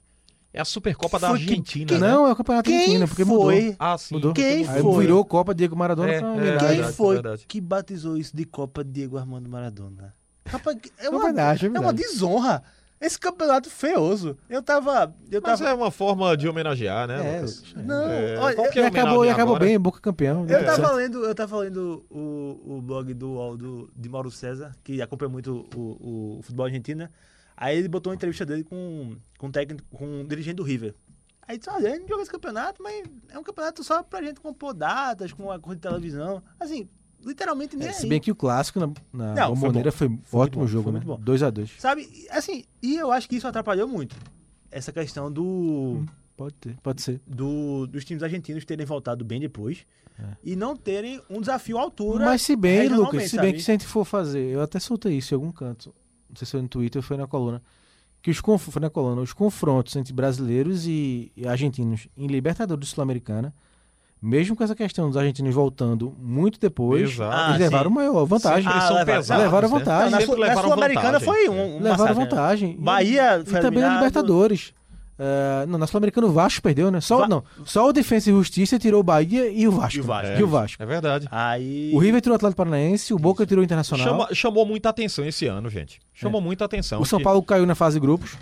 D: É a Supercopa da
E: Foi que-
D: Argentina,
E: que-
D: né?
F: não, é o campeonato argentino, porque mudou.
E: foi,
D: Ah, sim.
F: Mudou.
E: Quem
F: Aí
E: foi?
F: virou Copa Diego Maradona
D: É,
F: pra
D: é,
F: homenagem.
E: Quem
D: verdade,
E: foi
D: verdade.
E: que batizou isso de Copa Diego Armando Maradona? Rapaz, é
F: É
E: uma,
F: verdade, é
E: é uma
F: verdade.
E: desonra. Esse campeonato feioso. Eu tava. Eu
D: Mas
E: tava.
D: é uma forma de homenagear, né?
F: É,
D: Lucas?
E: Não,
D: É,
E: olha,
D: qual
E: eu-
D: que
F: E
D: é a
F: acabou, e
D: homenagem
F: acabou
D: agora?
F: bem, Boca campeão.
E: Eu
F: É.
E: tava lendo, eu tava lendo o, o blog do, UOL do de Mauro César, que acompanha muito o, o- o futebol argentino, né? Aí ele botou uma entrevista dele com, com um técnico, com um dirigente do River. Aí disse, olha, a gente joga esse campeonato, mas é um campeonato só pra gente compor datas, com a corrida de televisão. Assim, literalmente nem
F: É, se
E: aí.
F: bem que o clássico na, na
E: Não, foi
F: Bombonera foi, ótimo
E: bom,
F: jogo,
E: foi
F: né?
E: muito bom.
F: 2x2.
E: Sabe? E, Assim, e eu acho que isso atrapalhou muito. Essa questão do,
F: Pode ter, pode ser.
E: do- dos times argentinos terem voltado bem depois e não terem um desafio à altura.
F: É. Mas se bem,
E: regionalmente,
F: Lucas, se
E: sabe?
F: bem que se a gente for fazer, eu até soltei isso em algum canto, não sei se foi no Twitter ou foi na coluna, que os conf... foi na coluna, os confrontos entre brasileiros e, e argentinos em Libertadores Sul-Americana, mesmo com essa questão dos argentinos voltando muito depois,
D: Exato.
E: Ah,
F: eles
E: sim.
F: levaram maior vantagem.
E: Sim,
D: Eles
E: Ah,
D: são
E: levaram-
D: pesados,
F: levaram
D: né?
E: Não,
F: vantagem.
E: na
D: Sempre
E: Sul- na
D: levaram
E: Sul-Americana
D: vantagem.
E: foi um, um
F: levaram
E: massacre, né?
F: vantagem. E-
E: Bahia
F: e,
E: foi
F: também na
E: eliminado.
F: Libertadores. É, não, na Sul-Americana o Vasco perdeu, né? Só,
E: Va-
F: não, só o Defensa e Justiça tirou o Bahia e o Vasco.
E: E o Vasco.
F: E o Vasco.
D: É verdade.
E: Aí.
F: O River tirou o Atlético Paranaense, o Boca tirou o Internacional.
D: Chama- chamou muita atenção esse ano, gente. Chamou muita atenção.
F: É. O São
D: Que-
F: Paulo caiu na fase de grupos,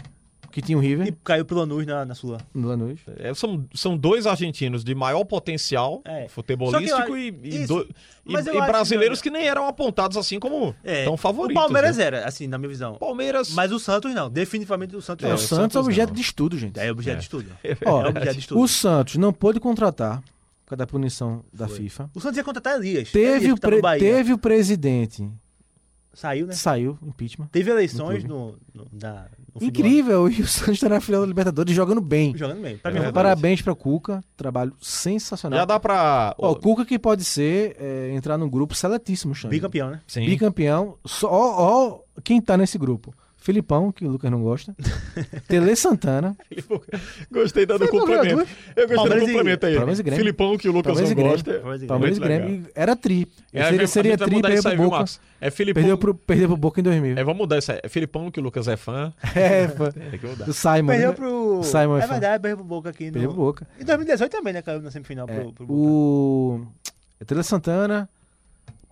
F: que tinha o
E: E
F: River
E: caiu pro Lanús na, na Sula.
F: no Lanús.
D: é, são, são dois argentinos de maior potencial
E: É. Só que
D: futebolístico
E: eu-
D: e, e,
E: isso.
D: do- e-
E: Mas eu
D: e
E: acho que- É,
D: brasileiros que, nem eram apontados assim como tão favoritos.
E: O Palmeiras
D: né?
E: era, assim, na minha visão.
D: Palmeiras
E: Mas o Santos não. Definitivamente o Santos
F: É,
E: não.
F: o Santos é
D: Santos
F: objeto
D: não.
F: de estudo, gente.
E: É objeto de estudo.
F: Ó,
E: é objeto de estudo.
F: o Santos não pôde contratar por causa da punição da FIFA.
E: O Santos ia contratar Elias.
F: Teve
E: Elias
F: o,
E: que tá no
F: pre-
E: Bahia.
F: teve o presidente,
E: Saiu, né?
F: saiu, impeachment.
E: Teve eleições no, no, da, no fim do
F: Incrível, e o Santos tá na final da Libertadores jogando bem.
E: ano. Jogando bem. Pra mim,
F: Então,
E: é
F: parabéns para Cuca, trabalho sensacional.
D: já dá pra.
F: Ó, o Cuca que pode ser é, entrar num grupo seletíssimo, Xande.
E: Bicampeão, né?
D: Sim. (laughs)
F: Bicampeão. Só, ó, ó quem tá nesse grupo. Filipão, que o Lucas
D: (laughs)
F: não gosta. Tele Santana.
D: Gostei dando complemento. Eu gostei
E: Palmeiras
D: do
E: e-
D: complemento aí.
F: é um Palmeiras e Grêmio.
D: Filipão, que o Lucas
F: Palmeiras
D: não
F: e Grêmio.
D: gosta.
E: Palmeiras e
F: Palmeiras e
D: Muito legal.
F: Grêmio. Era tri.
D: É, a
F: seria
D: gente- a
F: seria
D: gente vai
F: tri,
D: mudar
F: perdeu
D: isso aí,
F: pro
D: viu,
F: Boca.
D: Marcos? É Filipão.
F: Perdeu pro, perdeu pro Boca em 2000.
D: É, vamos mudar isso aí. É Filipão, que o Lucas é fã.
F: (laughs) É, pô.
D: Tem que
F: (laughs)
D: mudar.
F: do Simon.
E: Perdeu
F: né?
E: pro.
F: Simon é
E: é
F: fã.
E: verdade, perdeu pro Boca aqui. No...
F: Perdeu pro Boca.
E: Em 2018 também, né? Caiu na semifinal
F: É,
E: pro, pro Boca.
F: o é Tele Santana,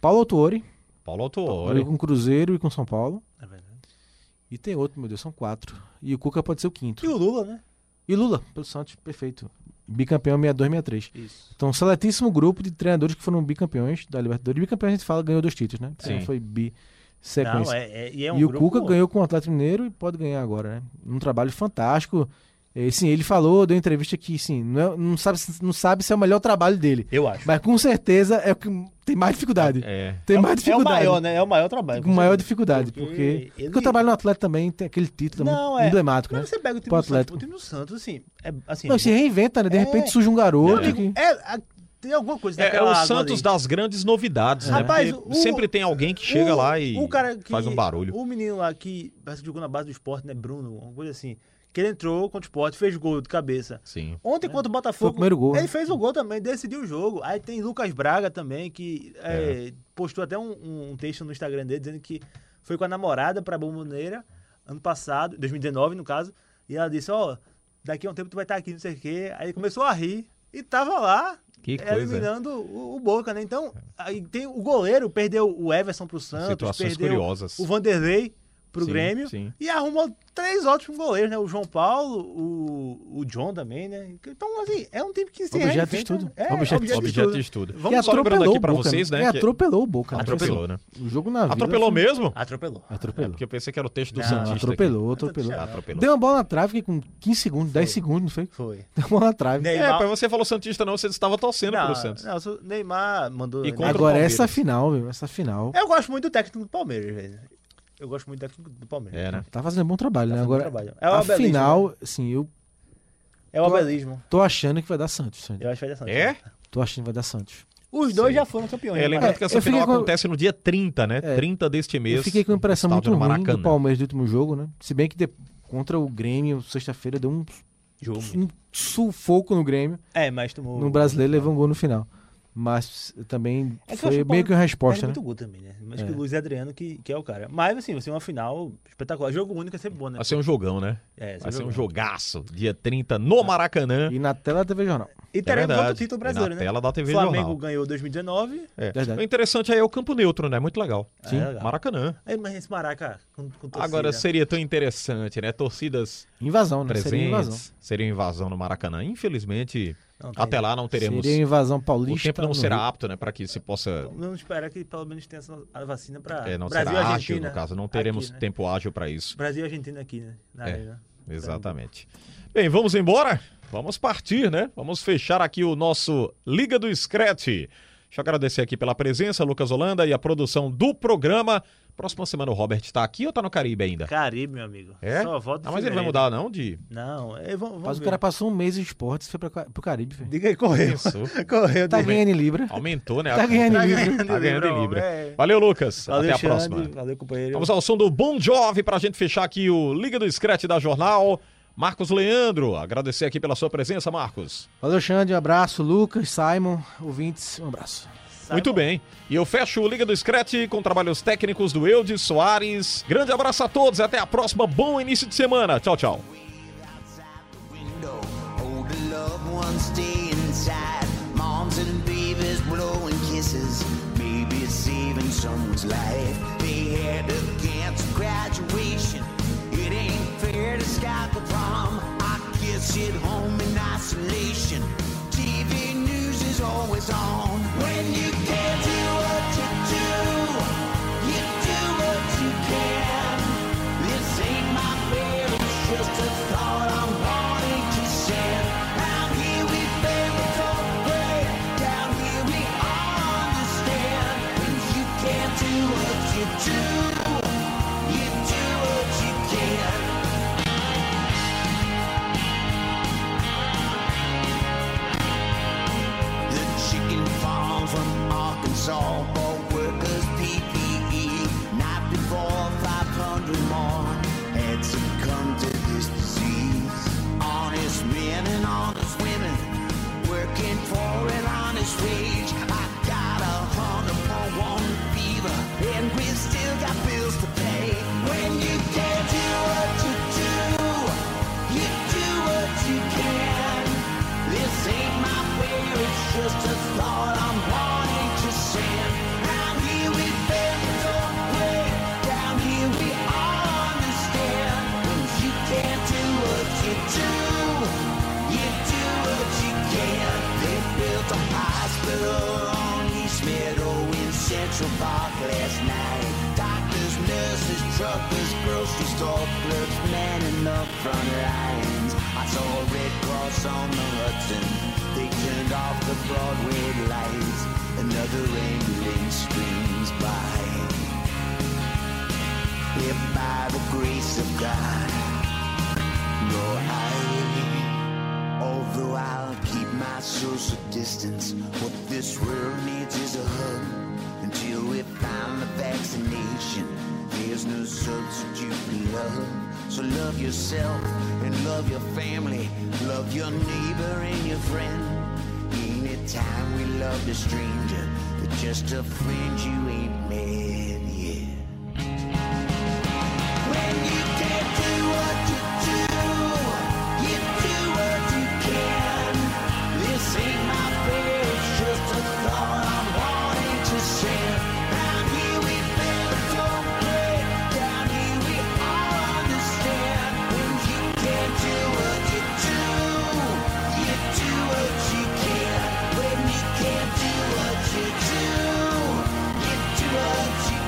F: Paulo Autuori,
D: Paulo
F: olha
D: Autuori.
F: com Cruzeiro e com São Paulo.
E: É verdade.
F: E tem outro, meu Deus, são quatro. E o Cuca pode ser o quinto.
E: E o Lula, né?
F: E Lula, pelo Santos, perfeito. Bicampeão 62-63.
E: Isso.
F: Então, um seletíssimo grupo de treinadores que foram bicampeões da Libertadores. Bicampeões a gente fala ganhou dois títulos, né? Porque
D: Sim.
F: não foi bi
E: Não,
F: sequência.
E: é, é- e é um
F: e o
E: grupo-
F: Cuca ganhou com o Atlético Mineiro e pode ganhar agora, né? Um trabalho fantástico. É, sim, ele falou, deu entrevista que, sim, não, é- não sabe, se- não sabe se é o melhor trabalho dele.
G: Eu acho.
F: Mas com certeza é o que tem mais dificuldade.
D: É.
F: Tem
G: É
F: mais
G: o
F: dificuldade.
G: maior, né? É o maior trabalho.
F: Com maior dificuldade,
G: Porque
F: porque.
G: ele-
F: Porque eu trabalho no Atlético também, tem aquele título
G: Não,
F: muito
G: é.
F: emblemático, né?
E: Mas você pega o time
F: Pro
E: do Santos.
F: Atlético.
E: O time do Santos, assim, é assim.
F: Não, se reinventa, né? De repente surge um garoto. que-
E: é, a- tem alguma coisa
D: É, é
E: naquela
D: o
E: água
D: Santos
E: ali.
D: das grandes
F: É.
D: novidades, né?
E: Rapaz,
D: Porque
E: o-
D: sempre tem alguém que chega
E: O-
D: lá e
E: o cara que-
D: faz um barulho.
E: O menino lá que parece que jogou na base do esporte, né? Bruno, alguma coisa assim. Que ele entrou contra o esporte, fez gol de cabeça.
D: Sim.
E: Ontem contra o Botafogo.
F: Foi o primeiro gol,
E: Ele
F: né?
E: fez o gol também, decidiu o jogo. Aí tem Lucas Braga também, que é, postou até um, um texto no Instagram dele dizendo que foi com a namorada pra Bomboneira ano passado, 2019 no caso. E ela disse: Ó, daqui a um tempo tu vai estar aqui, não sei o quê. Aí ele começou a rir e tava lá.
D: Que
E: eliminando
D: coisa.
E: o, o Boca, né? Então, aí tem o goleiro, perdeu o Everson pro Santos,
D: Situações
E: perdeu
D: curiosas.
E: o Vanderlei pro
D: Sim,
E: Grêmio
D: sim.
E: e arrumou três ótimos goleiros, né? O João Paulo, o, o John também, né? Então, assim, é um time que se
F: Objeto de
E: reinventa.
F: estudo.
E: É,
F: Objeto de
E: objeto, de
D: Objeto de
E: estudo.
D: estudo.
E: Vamos
F: Que
D: Vamos só lembrando
F: atropelou
D: aqui
F: o
D: pra
F: Boca.
D: vocês,
F: né?
D: né?
F: Que
D: que-
F: atropelou o Boca. né?
D: Atropelou, né?
F: O jogo na vida. assim?
D: Atropelou mesmo?
E: Atropelou.
D: É
F: Atropelou.
D: porque eu pensei que era o texto do
E: Não,
D: Santista. aqui.
F: Atropelou, atropelou.
D: Atropelou.
F: Deu uma bola na trave que com 15 segundos, 10 segundos, não foi?
E: Foi.
F: (laughs) Deu uma bola na trave.
D: É, mas você falou Santista não, você estava torcendo
E: não,
D: pelo Santos.
E: não, o Neymar mandou.
D: E
E: né?
D: contra o
F: Agora, essa é
D: Palmeiras.
F: final, meu, essa final.
E: Eu gosto muito do técnico do Palmeiras, velho. Eu gosto muito do técnico do Palmeiras.
D: É, né?
F: Tá fazendo um bom trabalho, né?
E: fazendo um
F: Agora,
E: trabalho. É o
F: a
E: Abelismo,
F: final, assim, eu
E: É o abelismo.
F: tô achando que vai dar Santos. Sandy.
E: Eu acho que vai dar Santos.
D: É?
F: Tô achando que vai dar Santos.
G: Os dois já foram campeões.
D: É,
G: né?
D: lembrando
F: É,
D: que essa
F: eu fiquei
D: final
F: com-
D: acontece no dia 30, né?
F: É.
D: 30 deste mês.
F: eu fiquei com uma impressão
D: no
F: muito
D: estádio do
F: ruim do
D: Maracanã.
F: Palmeiras do último jogo, né? Se bem que de- contra o Grêmio, sexta-feira, deu um,
E: Jogo.
F: um sufoco no Grêmio.
E: É, mas tomou.
F: No brasileiro,
D: né?
F: levou um gol no final. Mas eh,
E: É
F: também
E: que eu acho
F: foi
E: o
F: meio que uma resposta,
E: Perde
F: né?
E: muito gol também, né? Mas que o Luiz Adriano que, que é o cara. Mas, assim, vai ser uma final espetacular. Jogo único é sempre bom, né?
D: Vai ser um jogão, né?
E: É,
D: Vai ser um
E: jogão.
D: jogaço. Dia 30 no Maracanã.
F: É. E na tela da TV Jornal.
E: E
D: É
E: teremos outro
D: verdade.
E: título
D: E na
E: brasileiro, né?
D: tela da TV
E: Flamengo
D: Jornal.
E: ganhou 2019.
D: É.
F: Verdade.
D: O interessante aí é o campo neutro, né? Muito legal.
E: Sim. É legal.
D: Maracanã.
E: Aí, mas esse Maraca com, com torcida.
D: Agora seria tão interessante, né? Torcidas
F: Invasão, né? Seria invasão.
D: presentes. Seria invasão no Maracanã. Infelizmente,
E: Não tem. um
D: até lá não teremos.
F: Seria invasão
D: O
F: paulista.
D: tempo não
F: no
D: será
F: Rio.
D: apto, né? Para que se possa.
E: Vamos esperar que pelo menos tenha essa- a vacina para
D: É, não
E: Ah, Brasil e
D: será ágil,
E: Argentina.
D: no caso. Não teremos
E: aqui, né?
D: tempo ágil para isso.
E: Brasil e Argentina aqui, né? Na
D: É.
E: arena.
D: Exatamente. Bem, vamos embora? Vamos partir, né? Vamos fechar aqui o nosso Liga do Scratch. Deixa eu agradecer aqui pela presença, Lucas Holanda, e a produção do programa. Próxima semana o Robert tá aqui ou tá no Caribe ainda?
E: Caribe, meu amigo.
D: É?
E: Só volta
D: ah, mas ele vai
E: fevereiro.
D: mudar, não? De.
E: Não, é, vamos, vamos
F: Mas
D: né?
F: o
E: ver.
F: cara passou um mês de esportes e foi pra, Ca- pro Caribe, velho.
E: Diga aí, correu.
D: Pensou.
E: (laughs) correu.
F: Tá
E: diga.
F: ganhando em Libra.
D: Aumentou,
E: (laughs)
D: né? a
F: Tá
D: conta.
F: ganhando
D: Tá
F: em Libra.
D: ganhando, em Libra.
E: É.
D: Valeu, Lucas. Até
E: Valeu,
D: a
E: Xande.
D: próxima.
E: Valeu, companheiro.
D: Vamos ao som do Bon Jovi para a gente fechar aqui o Liga do Scratch da Jornal. Marcos Leandro, agradecer aqui pela sua presença, Marcos.
F: Valeu, Xande. Um abraço. Lucas, Simon, ouvintes, um abraço.
E: Sai,
D: Muito
E: Tá bom.
D: bem. E eu fecho o Liga do Scratch com trabalhos técnicos do Eudes Soares. Grande abraço a todos, até a próxima. Bom início de semana. Tchau, tchau.
H: outside the window. Oh, the loved ones stay inside. Moms and babies blowing kisses. Maybe it's saving someone's life. They had to cancel graduation. It ain't fair to stop the prom. I kiss at home in isolation. TV news is always on. When you can't do what you do, you do what you can. This ain't my bed, it's just a thought I'm wanting to share. Out here we fail before break, down here we understand. When you can't do what you do, you do what you can. The chicken farm from Arkansas for workers PPE. Night before 500 more had succumbed to this disease. Honest men and honest women working for an honest wage. I got a hundred for one fever, and we still got bills to pay. When you can't do what you do, you do what you can. This ain't my way, it's just a thought I'm wanting to send. Down here we bend our way, down here we understand. When you can't do what you do, you do what you can. They built a hospital on East Meadow in Central Park last night. Doctors, nurses, truckers, grocery store clerks, men in the front lines. I I saw a red cross on the Hudson. They turned off the Broadway lights. Another ambulance swings by. If by the grace of God, no I, although I'll keep my social distance, what this world needs is a hug. Until we find the vaccination, there's no substitute for love. So love yourself and love your family, love your neighbor and your friend. Ain't it time we loved a stranger, but just a friend you ain't met yet? When you can't do what you do, you do what you can. This ain't my fear, it's just a thought I'm wanting to share. Round here we build, don't break. Down here we all understand. When you can't do what you do, you do what you can. When you can't do what you do, you do what you can.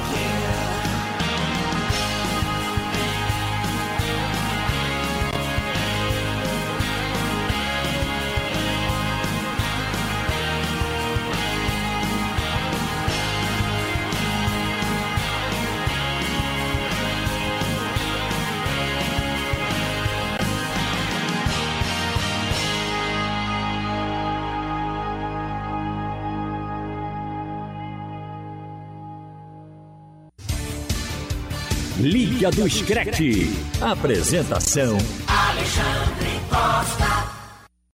B: Liga do Screte. Apresentação:
A: Alexandre Costa.